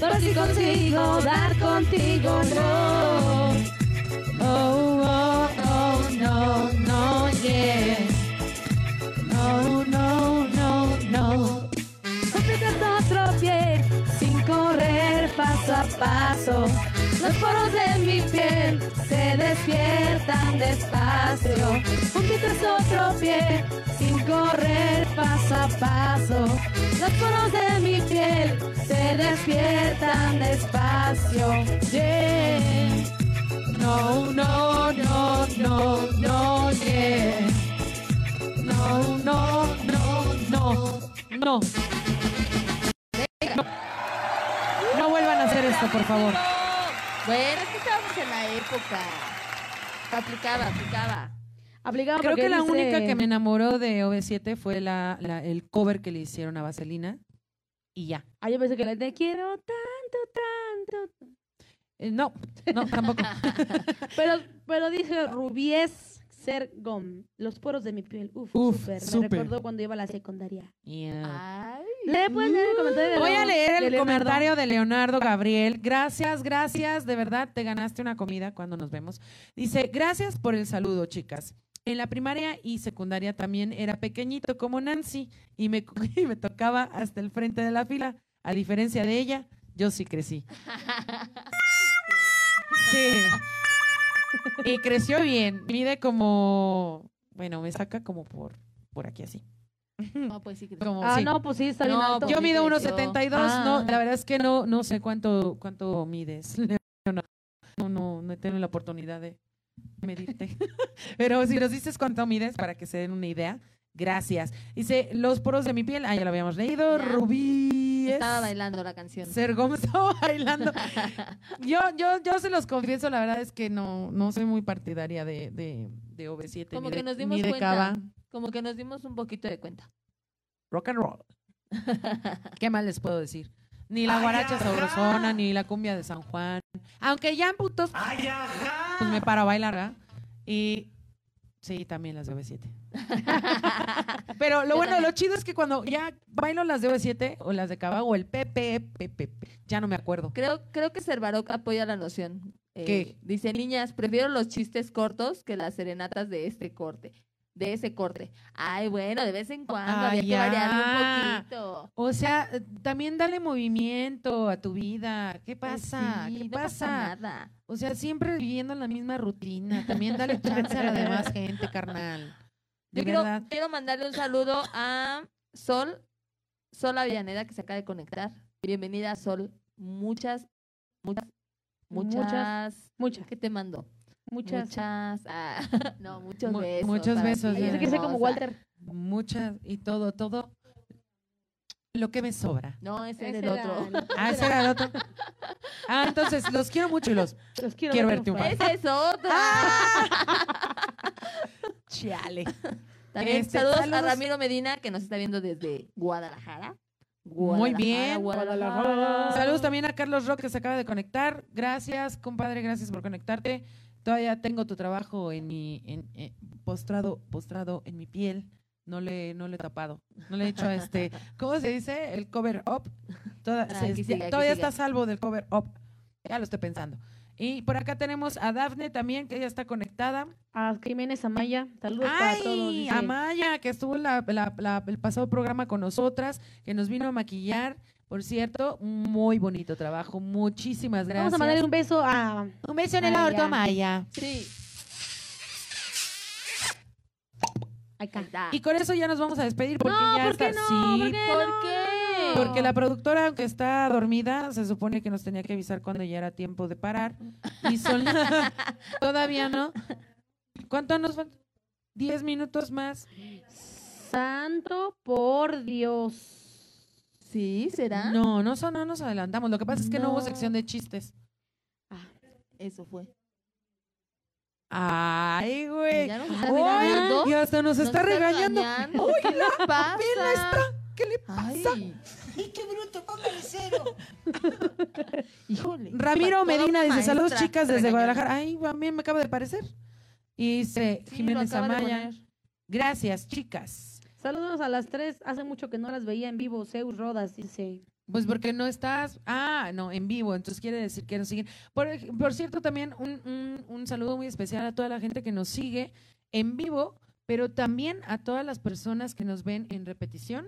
Speaker 2: pero si consigo dar contigo no. Oh, oh, oh, no, no, yeah. No, no, no, no. Completando otro pie, sin correr paso a paso. Los poros de mi piel se despiertan despacio. Un pie tras otro pie, sin correr paso a paso. Los poros de mi piel se despiertan despacio. Yeah. No, no, no, no, no, yeah. No, no, no, no, no. No vuelvan a hacer esto, por favor.
Speaker 1: Bueno, es que estábamos en la época. Aplicaba, aplicaba.
Speaker 4: Aplicaba
Speaker 2: Creo
Speaker 4: porque
Speaker 2: que la
Speaker 4: dice-
Speaker 2: única que me enamoró de OV7 fue la, la- el cover que le hicieron a Vaselina. Y ya.
Speaker 4: Ah, yo pensé que la te quiero tanto, tanto.
Speaker 2: Eh, No, no, tampoco.
Speaker 4: Pero, pero dije Rubies Sergom. Los poros de mi piel. Uf,
Speaker 2: Uf,
Speaker 4: súper. Me
Speaker 2: súper.
Speaker 4: recordó cuando iba a la secundaria.
Speaker 2: Yeah.
Speaker 1: Ay.
Speaker 4: ¿Le puedes leer el comentario de
Speaker 2: Mm, Voy a
Speaker 4: Leon-
Speaker 2: leer
Speaker 4: de
Speaker 2: el
Speaker 4: Leonardo?
Speaker 2: comentario de Leonardo Gabriel. Gracias, gracias. De verdad, te ganaste una comida cuando nos vemos. Dice, gracias por el saludo, chicas. En la primaria y secundaria también era pequeñito como Nancy y me, y me tocaba hasta el frente de la fila. A diferencia de ella, yo sí crecí. Sí. Y creció bien. Mide como, bueno, me saca como por, por aquí así.
Speaker 1: No, pues sí. que-
Speaker 2: Mm. Como,
Speaker 4: Ah,
Speaker 2: sí.
Speaker 4: no, pues sí, está bien
Speaker 1: No,
Speaker 4: alto.
Speaker 1: pues-
Speaker 2: Yo
Speaker 1: Sí,
Speaker 2: mido
Speaker 1: creció.
Speaker 2: 1.72,
Speaker 1: Ah.
Speaker 2: no, la verdad es que no, no sé cuánto, cuánto mides. Leonardo. No, no, no he tenido la oportunidad de medirte. Pero si nos dices cuánto mides para que se den una idea, gracias. Dice, los poros de mi piel, ah, ya lo habíamos leído,
Speaker 1: Ya.
Speaker 2: rubíes.
Speaker 1: Estaba bailando la canción.
Speaker 2: Sergón estaba bailando. Yo, yo, yo se los confieso, la verdad es que no, no soy muy partidaria de, de, de OV7.
Speaker 1: Como
Speaker 2: ni
Speaker 1: que
Speaker 2: de-
Speaker 1: nos dimos
Speaker 2: ni de
Speaker 1: cuenta.
Speaker 2: Cava.
Speaker 1: Como que nos dimos un poquito de cuenta.
Speaker 2: rock and roll. ¿Qué más les puedo decir? Ni la guaracha sabrosona, ni la cumbia de San Juan. Aunque ya en putos, pues me paro a bailar, ¿verdad? Y sí, también las de OV7. Pero lo
Speaker 1: Yo
Speaker 2: bueno, lo
Speaker 1: también.
Speaker 2: chido es que cuando ya bailo las de OV7 o las de Cava o el Pepe, Pepe, Pepe, ya no me acuerdo.
Speaker 1: Creo, creo que Cervarok apoya la noción. Eh,
Speaker 2: ¿Qué?
Speaker 1: Dice, niñas, prefiero los chistes cortos que las serenatas de este corte. De ese corte. Ay, bueno, de vez en cuando
Speaker 2: Ah,
Speaker 1: había que
Speaker 2: ya.
Speaker 1: variarle un poquito.
Speaker 2: O sea, eh, también dale movimiento a tu vida. ¿Qué
Speaker 1: Pues
Speaker 2: pasa?
Speaker 1: sí,
Speaker 2: ¿Qué
Speaker 1: no
Speaker 2: pasa?
Speaker 1: nada.
Speaker 2: O sea, siempre viviendo en la misma rutina. También dale chance a la demás gente, carnal. De
Speaker 1: Yo quiero,
Speaker 2: verdad.
Speaker 1: quiero mandarle un saludo a Sol, Sol Avellaneda, que se acaba de conectar. Bienvenida, Sol. Muchas, muchas, muchas.
Speaker 4: Muchas. Muchas,
Speaker 1: ¿Qué te mando?
Speaker 4: muchas.
Speaker 1: Muchas. ah, no, muchos
Speaker 2: Mu-
Speaker 1: besos.
Speaker 2: muchos
Speaker 1: para
Speaker 2: besos,
Speaker 1: ti,
Speaker 2: ya.
Speaker 4: Ay, Yo
Speaker 2: Dice
Speaker 4: que sé como
Speaker 1: hermosa.
Speaker 4: Walter.
Speaker 2: Muchas y todo, todo lo que me sobra.
Speaker 1: No, ese es
Speaker 4: Ese
Speaker 1: el
Speaker 4: era-
Speaker 1: otro.
Speaker 2: Ah, ese era el otro. Ah, entonces los quiero mucho y los
Speaker 4: Los quiero,
Speaker 2: Quiero
Speaker 4: ver
Speaker 2: ver triunfar.
Speaker 1: Ese es otro.
Speaker 2: Ah, chale.
Speaker 1: También
Speaker 2: Este,
Speaker 1: saludos,
Speaker 2: saludos.
Speaker 1: a Ramiro Medina, que nos está viendo desde Guadalajara.
Speaker 2: Muy bien.
Speaker 1: Guadalajara, Guadalajara.
Speaker 2: Saludos también a Carlos Roque que se acaba de conectar. Gracias, compadre, gracias por conectarte. Todavía tengo tu trabajo en mi en- eh, postrado, postrado en mi piel. No le, no le he tapado. No le he hecho este. ¿Cómo se dice? El cover up. Toda-
Speaker 1: Ah,
Speaker 2: se-
Speaker 1: aquí sigue, aquí
Speaker 2: todavía
Speaker 1: sigue.
Speaker 2: está a salvo del cover up. Ya lo estoy pensando. Y por acá tenemos a Dafne también, que ya está conectada.
Speaker 4: A Jiménez Amaya, saludos para todos.
Speaker 2: Ay,
Speaker 4: dice.
Speaker 2: Amaya, que estuvo en la- la- la- el pasado programa con nosotras, que nos vino a maquillar. Por cierto, muy bonito trabajo. Muchísimas gracias.
Speaker 4: Vamos a mandarle un beso a.
Speaker 2: un beso
Speaker 4: en el orto,
Speaker 2: Amaya.
Speaker 1: Sí.
Speaker 4: Acá.
Speaker 1: Ahí está.
Speaker 2: Y con eso ya nos vamos a despedir porque
Speaker 4: No,
Speaker 2: ya
Speaker 4: ¿por
Speaker 2: está.
Speaker 4: qué no?
Speaker 2: Sí,
Speaker 4: ¿Por qué?
Speaker 1: ¿Por
Speaker 4: No,
Speaker 1: qué?
Speaker 4: no, no.
Speaker 2: Porque la productora, aunque está dormida, se supone que nos tenía que avisar cuando ya era tiempo de parar. Y son... todavía no. ¿Cuánto nos falta? Diez minutos más.
Speaker 4: Santo por Dios.
Speaker 1: Sí,
Speaker 4: ¿Ah?
Speaker 1: ¿será?
Speaker 2: No, no, son- no nos adelantamos. Lo que pasa es que no. hubo
Speaker 1: No.
Speaker 2: sección de chistes.
Speaker 1: Eso fue.
Speaker 2: Ay, güey.
Speaker 1: Ya nos está
Speaker 2: Ay,
Speaker 1: regañando.
Speaker 2: y hasta nos, está regañando.
Speaker 1: Uy, ¿qué le pasa?
Speaker 2: ¿Qué le
Speaker 1: pasa?
Speaker 6: ¡Y qué bruto! ¡Póngale cero!
Speaker 1: híjole.
Speaker 2: Ramiro
Speaker 1: Toda
Speaker 2: Medina dice,
Speaker 1: maestra
Speaker 2: saludos chicas desde
Speaker 1: regañando.
Speaker 2: Guadalajara. Ay, a mí me acaba de parecer. Y dice
Speaker 1: Sí, lo
Speaker 2: Jiménez
Speaker 1: acaba de
Speaker 2: Amaya.
Speaker 1: poner.
Speaker 2: Gracias, chicas.
Speaker 4: Saludos a las tres. Hace mucho que no las veía en vivo. Zeus Rodas dice.
Speaker 2: Pues porque no estás, ah, no, en vivo, entonces quiere decir que nos siguen. Por, ej- por cierto, también un, un- un saludo muy especial a toda la gente que nos sigue en vivo, pero también a todas las personas que nos ven en repetición,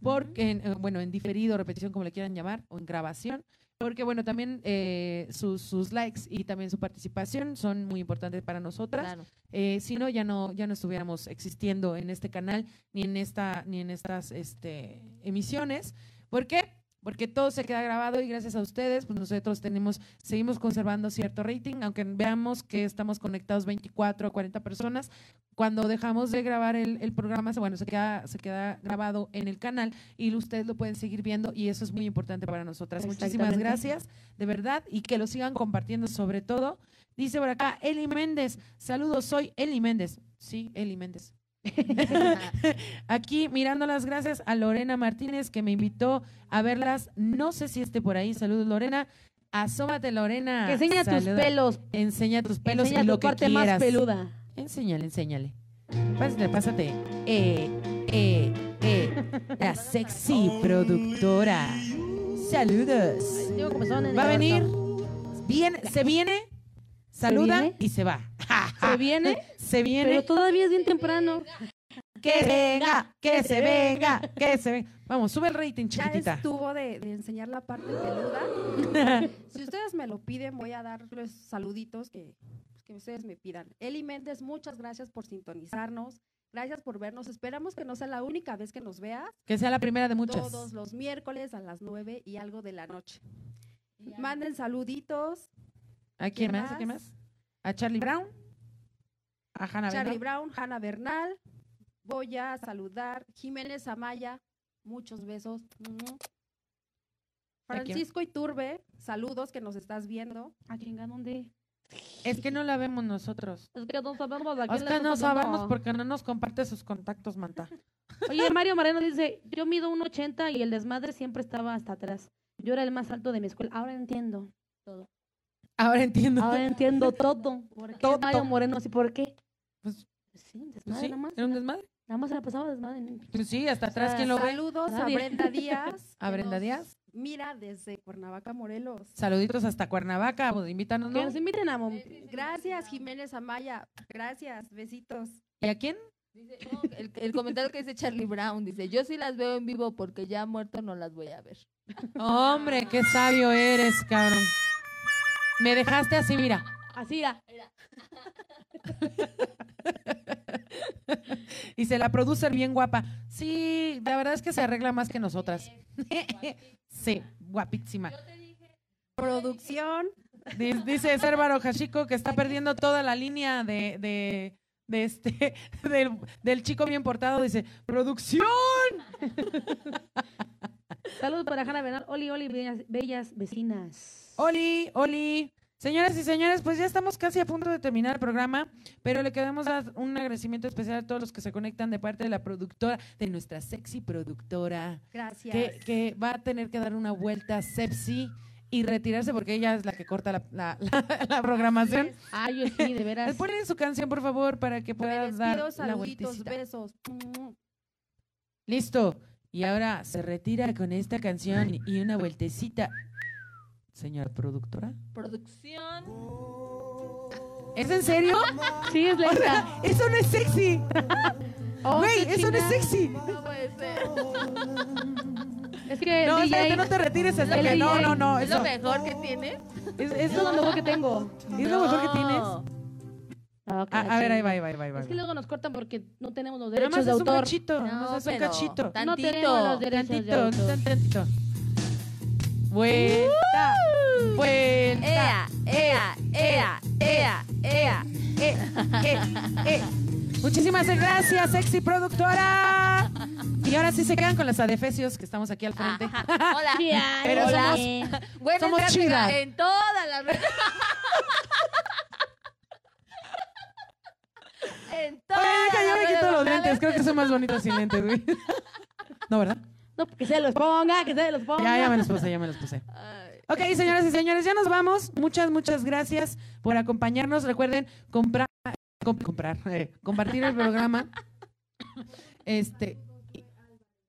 Speaker 2: porque, en, eh, bueno, en diferido, repetición, como le quieran llamar, o en grabación, porque, bueno, también eh, sus, sus likes y también su participación son muy importantes para nosotras.
Speaker 1: Claro.
Speaker 2: Eh, si no, ya no, ya no estuviéramos existiendo en este canal, ni en esta, ni en estas este, emisiones. ¿Por qué? Porque todo se queda grabado y gracias a ustedes, pues nosotros tenemos, seguimos conservando cierto rating, aunque veamos que estamos conectados 24 o 40 personas. Cuando dejamos de grabar el, el programa, se- bueno, se queda, se queda grabado en el canal y ustedes lo pueden seguir viendo y eso es muy importante para nosotras. Muchísimas
Speaker 4: Exactamente.
Speaker 2: gracias, de verdad, y que lo sigan compartiendo sobre todo. Dice por acá, Eli Méndez, saludos, soy Eli Méndez. Sí, Eli Méndez. Aquí mirando las gracias a Lorena Martínez que me invitó a verlas. No sé si esté por ahí. Saludos, Lorena. Asómate, Lorena.
Speaker 4: que enseña
Speaker 2: Ah, Saluda.
Speaker 4: tus pelos.
Speaker 2: Enseña tus pelos
Speaker 4: enseña
Speaker 2: y
Speaker 4: tu
Speaker 2: lo que
Speaker 4: parte
Speaker 2: quieras.
Speaker 4: más peluda.
Speaker 2: Enséñale, enséñale. Pásate, pásate. Eh, eh, eh. La sexy productora. Saludos.
Speaker 4: Digo, como son en
Speaker 2: Va a
Speaker 4: el
Speaker 2: venir.
Speaker 4: orto.
Speaker 2: Bien, se viene. Saluda
Speaker 4: viene?
Speaker 2: y se va.
Speaker 4: Se viene,
Speaker 2: Se viene.
Speaker 4: pero todavía es bien temprano.
Speaker 2: Que venga, que se venga, que se venga. Vamos, sube el rating,
Speaker 8: Ya
Speaker 2: chiquitita.
Speaker 8: estuvo de, de enseñar la parte peluda. si ustedes me lo piden, voy a darles saluditos que, pues, que ustedes me pidan. Eli Méndez, muchas gracias por sintonizarnos. Gracias por vernos. Esperamos que no sea la única vez que nos veas.
Speaker 2: Que sea la primera de muchas.
Speaker 8: Todos los miércoles a las 9 y algo de la noche. Manden saluditos.
Speaker 2: Ah, ¿A quién
Speaker 8: ¿Quién
Speaker 2: más? ¿A quién
Speaker 8: más?
Speaker 2: más? ¿A Charlie Brown? ¿A Hannah Charlie
Speaker 8: Charlie Brown, Hanna Bernal. Voy a saludar Jiménez Amaya. Muchos besos.
Speaker 2: Aquí.
Speaker 8: Francisco Iturbe, saludos que nos estás viendo.
Speaker 4: ¿A chinga dónde?
Speaker 2: Es que no la vemos nosotros.
Speaker 4: Es que no sabemos a quién
Speaker 2: Es
Speaker 4: le
Speaker 2: que
Speaker 4: está
Speaker 2: no sabemos
Speaker 4: tocando.
Speaker 2: porque no nos comparte sus contactos, Manta.
Speaker 4: Oye, Mario Moreno dice, yo mido un 80 y el desmadre siempre estaba hasta atrás. Yo era el más alto de mi escuela. Ahora entiendo.
Speaker 2: Ahora entiendo.
Speaker 4: Ahora entiendo todo. ¿Por qué
Speaker 2: Todo.
Speaker 4: Mario Moreno así? ¿Por qué?
Speaker 2: Pues-
Speaker 4: sí, un
Speaker 2: Pues
Speaker 4: desmadre
Speaker 2: sí,
Speaker 4: nada más.
Speaker 2: era un desmadre.
Speaker 4: Nada más se la pasaba desmadre. ¿no?
Speaker 2: Pues sí, hasta atrás,
Speaker 4: sea,
Speaker 2: ¿quién lo ve?
Speaker 8: Saludos a
Speaker 4: Nadie.
Speaker 8: Brenda Díaz.
Speaker 2: A
Speaker 8: que
Speaker 2: Brenda
Speaker 8: nos
Speaker 2: Díaz.
Speaker 8: Mira desde Cuernavaca, Morelos.
Speaker 2: Saluditos hasta Cuernavaca, pues invítanos,
Speaker 4: Que
Speaker 2: ¿no?
Speaker 4: nos inviten a... mom-
Speaker 8: Gracias, Jiménez Amaya. Gracias, besitos.
Speaker 2: ¿Y a quién?
Speaker 1: Dice, no, el, el comentario que dice Charlie Brown dice, yo sí las veo en vivo porque ya muerto no las voy a ver.
Speaker 2: Hombre, qué sabio eres, cabrón. Me dejaste así, mira.
Speaker 4: Así era.
Speaker 2: Y se la producer bien guapa. Sí, la verdad es que se arregla más que nosotras. Sí, guapísima.
Speaker 8: Producción.
Speaker 2: Di- Dice Cérvaro Hashiko que está perdiendo toda la línea de, de, de este del, del chico bien portado. Dice, producción.
Speaker 4: Saludos para Jana Bernal. Oli, Oli, bellas, bellas vecinas.
Speaker 2: Oli, Oli. Señoras y señores, pues ya estamos casi a punto de terminar el programa, pero le queremos dar un agradecimiento especial a todos los que se conectan de parte de la productora, de nuestra sexy productora.
Speaker 8: Gracias.
Speaker 2: que, que va a tener que dar una vuelta sepsi y retirarse porque ella es la que corta la, la- la- la programación. Eh,
Speaker 4: Ay, yo sí, de veras.
Speaker 2: Ponle su canción, por favor, para que
Speaker 8: Me
Speaker 2: pueda
Speaker 8: despido,
Speaker 2: dar la
Speaker 8: saluditos,
Speaker 2: vueltecita.
Speaker 8: besos.
Speaker 2: Listo. Y ahora se retira con esta canción y una vueltecita. Señora productora.
Speaker 1: Producción.
Speaker 2: ¿Es en serio?
Speaker 4: Sí, es
Speaker 2: O
Speaker 4: lenta.
Speaker 2: sea, eso no es sexy.
Speaker 8: Oh,
Speaker 2: Güey, eso no es sexy.
Speaker 1: No puede ser.
Speaker 4: Es que
Speaker 2: No,
Speaker 4: el DJ
Speaker 2: espérate, no te retires hasta
Speaker 4: el
Speaker 2: que no,
Speaker 4: DJ
Speaker 2: no, no.
Speaker 1: es
Speaker 2: Eso,
Speaker 1: lo mejor que tiene.
Speaker 2: es, es
Speaker 4: es
Speaker 2: lo,
Speaker 4: lo mejor que tengo.
Speaker 2: es lo mejor que tienes.
Speaker 4: Ah, ok,
Speaker 2: A, a ver, ahí va, ahí va, ahí va. ahí va.
Speaker 4: Es que luego nos cortan porque no tenemos los
Speaker 2: Pero
Speaker 4: derechos
Speaker 2: más
Speaker 4: de
Speaker 2: es un
Speaker 4: autor.
Speaker 2: cachito,
Speaker 1: No,
Speaker 2: más es un
Speaker 1: pero
Speaker 2: cachito.
Speaker 4: No
Speaker 1: Tantito.
Speaker 4: tenemos los derechos de
Speaker 2: Tantito,
Speaker 4: autor.
Speaker 2: tan- tantito. Vuelta, vuelta.
Speaker 1: Uh. Ea, ea, ea, ea, ea.
Speaker 2: Eh, eh, eh. Muchísimas gracias, sexy productora. Y ahora sí se quedan con las adefesios que estamos aquí al frente.
Speaker 1: Ajá. Hola.
Speaker 4: Sí, ay,
Speaker 2: Pero
Speaker 4: hola.
Speaker 1: Buenas
Speaker 2: somos
Speaker 1: tardes,
Speaker 2: chidas.
Speaker 1: En todas las redes. en
Speaker 2: Oye,
Speaker 1: todas
Speaker 2: ya que yo me
Speaker 1: las
Speaker 2: quito los
Speaker 1: redes
Speaker 2: lentes, creo que son más bonitos sin lentes, güey. No, ¿verdad?
Speaker 4: No, que se los ponga, que se los ponga.
Speaker 2: Ya, ya me los puse, ya me los puse.
Speaker 1: Ay,
Speaker 2: Ok, señoras y señores, ya nos vamos. Muchas, muchas gracias por acompañarnos. Recuerden comprar, com- comprar, eh, compartir el programa. Este y,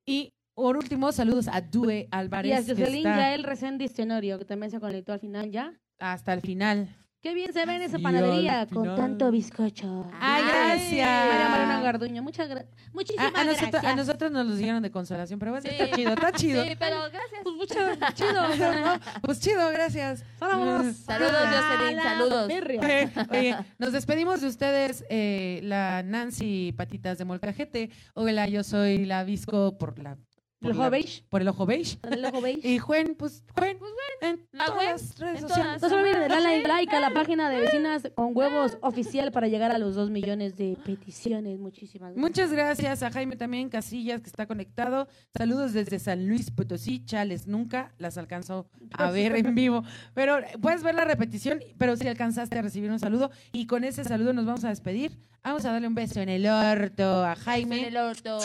Speaker 2: y, por último, saludos a Due Álvarez.
Speaker 4: Y a
Speaker 2: que
Speaker 4: Jocelyn
Speaker 2: está
Speaker 4: Yael Recén Diccionario, que también se conectó al final ya.
Speaker 2: hasta el final.
Speaker 4: Qué bien se ve en esa
Speaker 2: Y
Speaker 4: panadería
Speaker 2: al
Speaker 4: con
Speaker 2: final-
Speaker 4: tanto bizcocho.
Speaker 2: Ay,
Speaker 4: María Moreno
Speaker 2: gracias.
Speaker 4: Garduño, muchas gra-
Speaker 2: A,
Speaker 4: muchísimas
Speaker 2: Ah, a nosotros,
Speaker 4: gracias.
Speaker 2: a nosotros nos los dieron de consolación, pero bueno,
Speaker 1: Sí.
Speaker 2: está chido, está chido.
Speaker 1: Sí, pero gracias.
Speaker 4: Pues muchas, chido.
Speaker 2: No, Pues chido, gracias.
Speaker 4: Saludos.
Speaker 1: Saludos, Jocelyn,
Speaker 4: A la
Speaker 1: saludos.
Speaker 4: birria.
Speaker 2: Eh, Oye, nos despedimos de ustedes, eh, la Nancy Patitas de Molcajete. Hola, yo soy la Visco por la. por
Speaker 4: El ojo
Speaker 2: la-
Speaker 4: beige.
Speaker 2: Por el ojo beige.
Speaker 4: El ojo beige.
Speaker 2: Y Juan, pues Juan, en
Speaker 1: la
Speaker 2: todas
Speaker 1: web,
Speaker 2: las redes
Speaker 1: en
Speaker 2: sociales.
Speaker 4: No se olviden de darle like a la página de vecinas con huevos oficial para llegar a los 2 millones de peticiones. Muchísimas gracias.
Speaker 2: Muchas gracias a Jaime también, Casillas, que está conectado. Saludos desde San Luis Potosí, Chales. Nunca las alcanzó a ver en vivo. Pero eh, puedes ver la repetición, pero si alcanzaste a recibir un saludo. Y con ese saludo nos vamos a despedir. Vamos a darle un beso en el orto a Jaime.
Speaker 1: En el orto.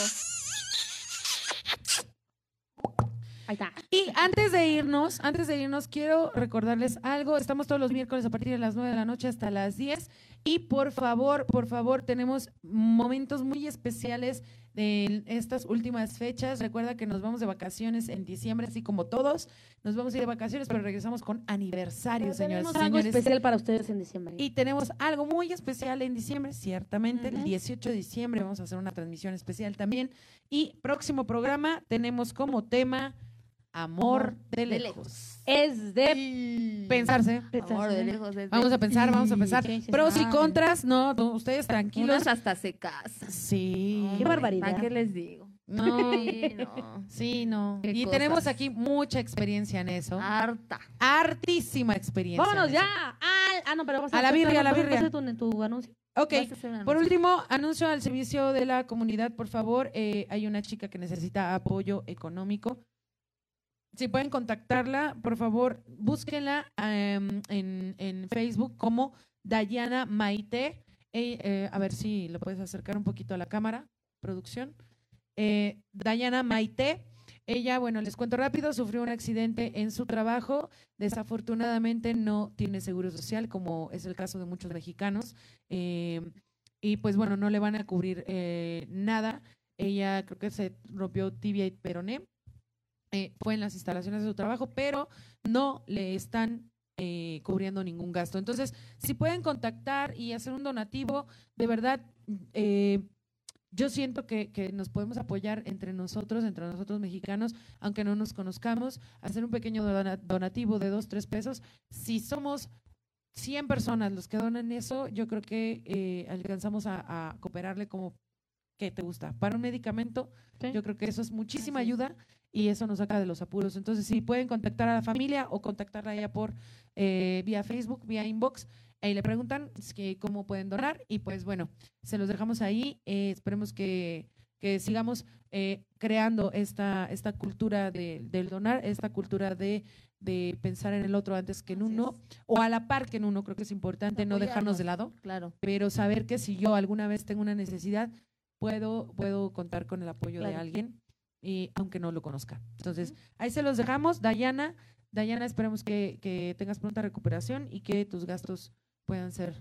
Speaker 4: Ahí está.
Speaker 2: Y antes de irnos, antes de irnos, quiero recordarles algo. Estamos todos los miércoles a partir de las 9 de la noche hasta las 10. Y por favor, por favor, tenemos momentos muy especiales de estas últimas fechas. Recuerda que nos vamos de vacaciones en diciembre, así como todos. Nos vamos a ir de vacaciones, pero regresamos con aniversario, señores.
Speaker 4: Tenemos algo
Speaker 2: señores.
Speaker 4: especial para ustedes en diciembre.
Speaker 2: Y tenemos algo muy especial en diciembre, ciertamente. El
Speaker 1: Ujú.
Speaker 2: 18 de diciembre vamos a hacer una transmisión especial también. Y próximo programa tenemos como tema Amor de
Speaker 1: de
Speaker 2: lejos.
Speaker 4: es de
Speaker 2: Pensarse.
Speaker 1: Amor de lejos. desde-
Speaker 2: Vamos a pensar, vamos a pensar.
Speaker 4: Sí, sí,
Speaker 2: Pros
Speaker 4: sí.
Speaker 2: y contras, no, tú- ustedes tranquilos.
Speaker 1: Unas hasta se casan.
Speaker 2: Sí.
Speaker 1: Hombre,
Speaker 4: barbaridad.
Speaker 1: ¿Para qué les digo?
Speaker 2: No.
Speaker 1: Sí, no.
Speaker 2: Sí, no.
Speaker 1: Qué
Speaker 2: Y
Speaker 1: cosas.
Speaker 2: tenemos aquí mucha experiencia en eso.
Speaker 1: Harta.
Speaker 2: Hartísima experiencia. en
Speaker 4: Vámonos
Speaker 2: eso.
Speaker 4: ya. al- ah, no, pero vas
Speaker 2: A la
Speaker 4: hacer-
Speaker 2: birria, a la
Speaker 4: vas
Speaker 2: birria.
Speaker 4: hacer tu, tu anuncio.
Speaker 2: Ok.
Speaker 1: Vas a hacer una
Speaker 2: Por
Speaker 1: noche.
Speaker 2: último, anuncio al servicio de la comunidad, por favor. eh, hay una chica que necesita apoyo económico. Si pueden contactarla, por favor, búsquenla em, en, en Facebook como Dayana Maite. Ey, eh, a ver si lo puedes acercar un poquito a la cámara, producción. Eh, Dayana Maite. Ella, bueno, les cuento rápido, sufrió un accidente en su trabajo. Desafortunadamente no tiene seguro social, como es el caso de muchos mexicanos. Eh, y pues bueno, no le van a cubrir eh, nada. Ella creo que se rompió tibia y peroné. eh, fue en las instalaciones de su trabajo, pero no le están eh, cubriendo ningún gasto. Entonces, si pueden contactar y hacer un donativo, de verdad, eh, yo siento que, que nos podemos apoyar entre nosotros, entre nosotros mexicanos, aunque no nos conozcamos, hacer un pequeño dona- donativo de dos, tres pesos. Si somos 100 personas los que donan eso, yo creo que eh, alcanzamos a, a cooperarle como que te gusta. Para un medicamento,
Speaker 4: Sí.
Speaker 2: yo creo que eso es muchísima
Speaker 1: Así es.
Speaker 2: ayuda y eso nos saca de los apuros. Entonces, si pueden contactar a la familia o contactarla a ella por eh, vía Facebook, vía inbox, e y le preguntan es que cómo pueden donar y pues bueno, se los dejamos ahí. eh, esperemos que, que sigamos eh, creando esta, esta cultura de- del donar, esta cultura de, de pensar en el otro antes que en
Speaker 1: Así
Speaker 2: uno, o a la par que en uno, creo que es importante no dejarnos de lado,
Speaker 1: Claro.
Speaker 2: pero saber que si yo alguna vez tengo una necesidad, puedo, puedo contar con el apoyo de
Speaker 1: Claro.
Speaker 2: alguien, y aunque no lo conozca. Entonces, ahí se los dejamos. Dayana, Dayana, esperemos que, que tengas pronta recuperación y que tus gastos puedan ser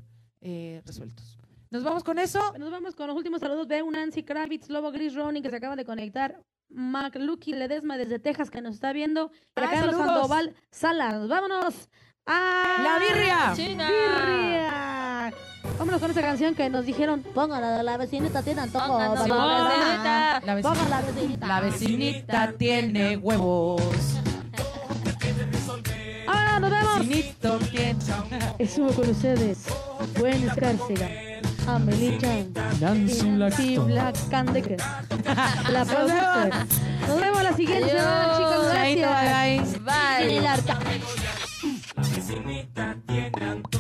Speaker 2: eh, resueltos. Nos vamos con eso.
Speaker 4: Nos vamos con los últimos saludos de un Nancy Kravitz, Lobo Gris Ronin, que se acaba de conectar. Mac Lucky Ledesma desde Texas, que nos está viendo. Y
Speaker 2: Ah,
Speaker 4: acá
Speaker 2: saludos.
Speaker 4: Sandoval Salas. ¡Vámonos! ¡A
Speaker 2: La birria.
Speaker 1: China.
Speaker 4: birria! Vámonos con esa canción que nos dijeron. Póngala de la vecinita, tiene antojo.
Speaker 1: Póngala de la
Speaker 4: Póngala.
Speaker 1: vecinita.
Speaker 2: La vecinita.
Speaker 4: Póngala vecinita.
Speaker 2: La vecinita tiene huevos.
Speaker 4: ¡Ahora nos vemos!
Speaker 2: Vecinito tiene.
Speaker 4: Estuvo con ustedes Buen Escárcega, Amelichan, Nancy Candeque, la producer. Nos vemos la siguiente semana, chicos.
Speaker 2: Chaito,
Speaker 4: Gracias.
Speaker 2: bye, bye.
Speaker 1: Bye.
Speaker 4: El arca.
Speaker 7: vecinita tiene antojo.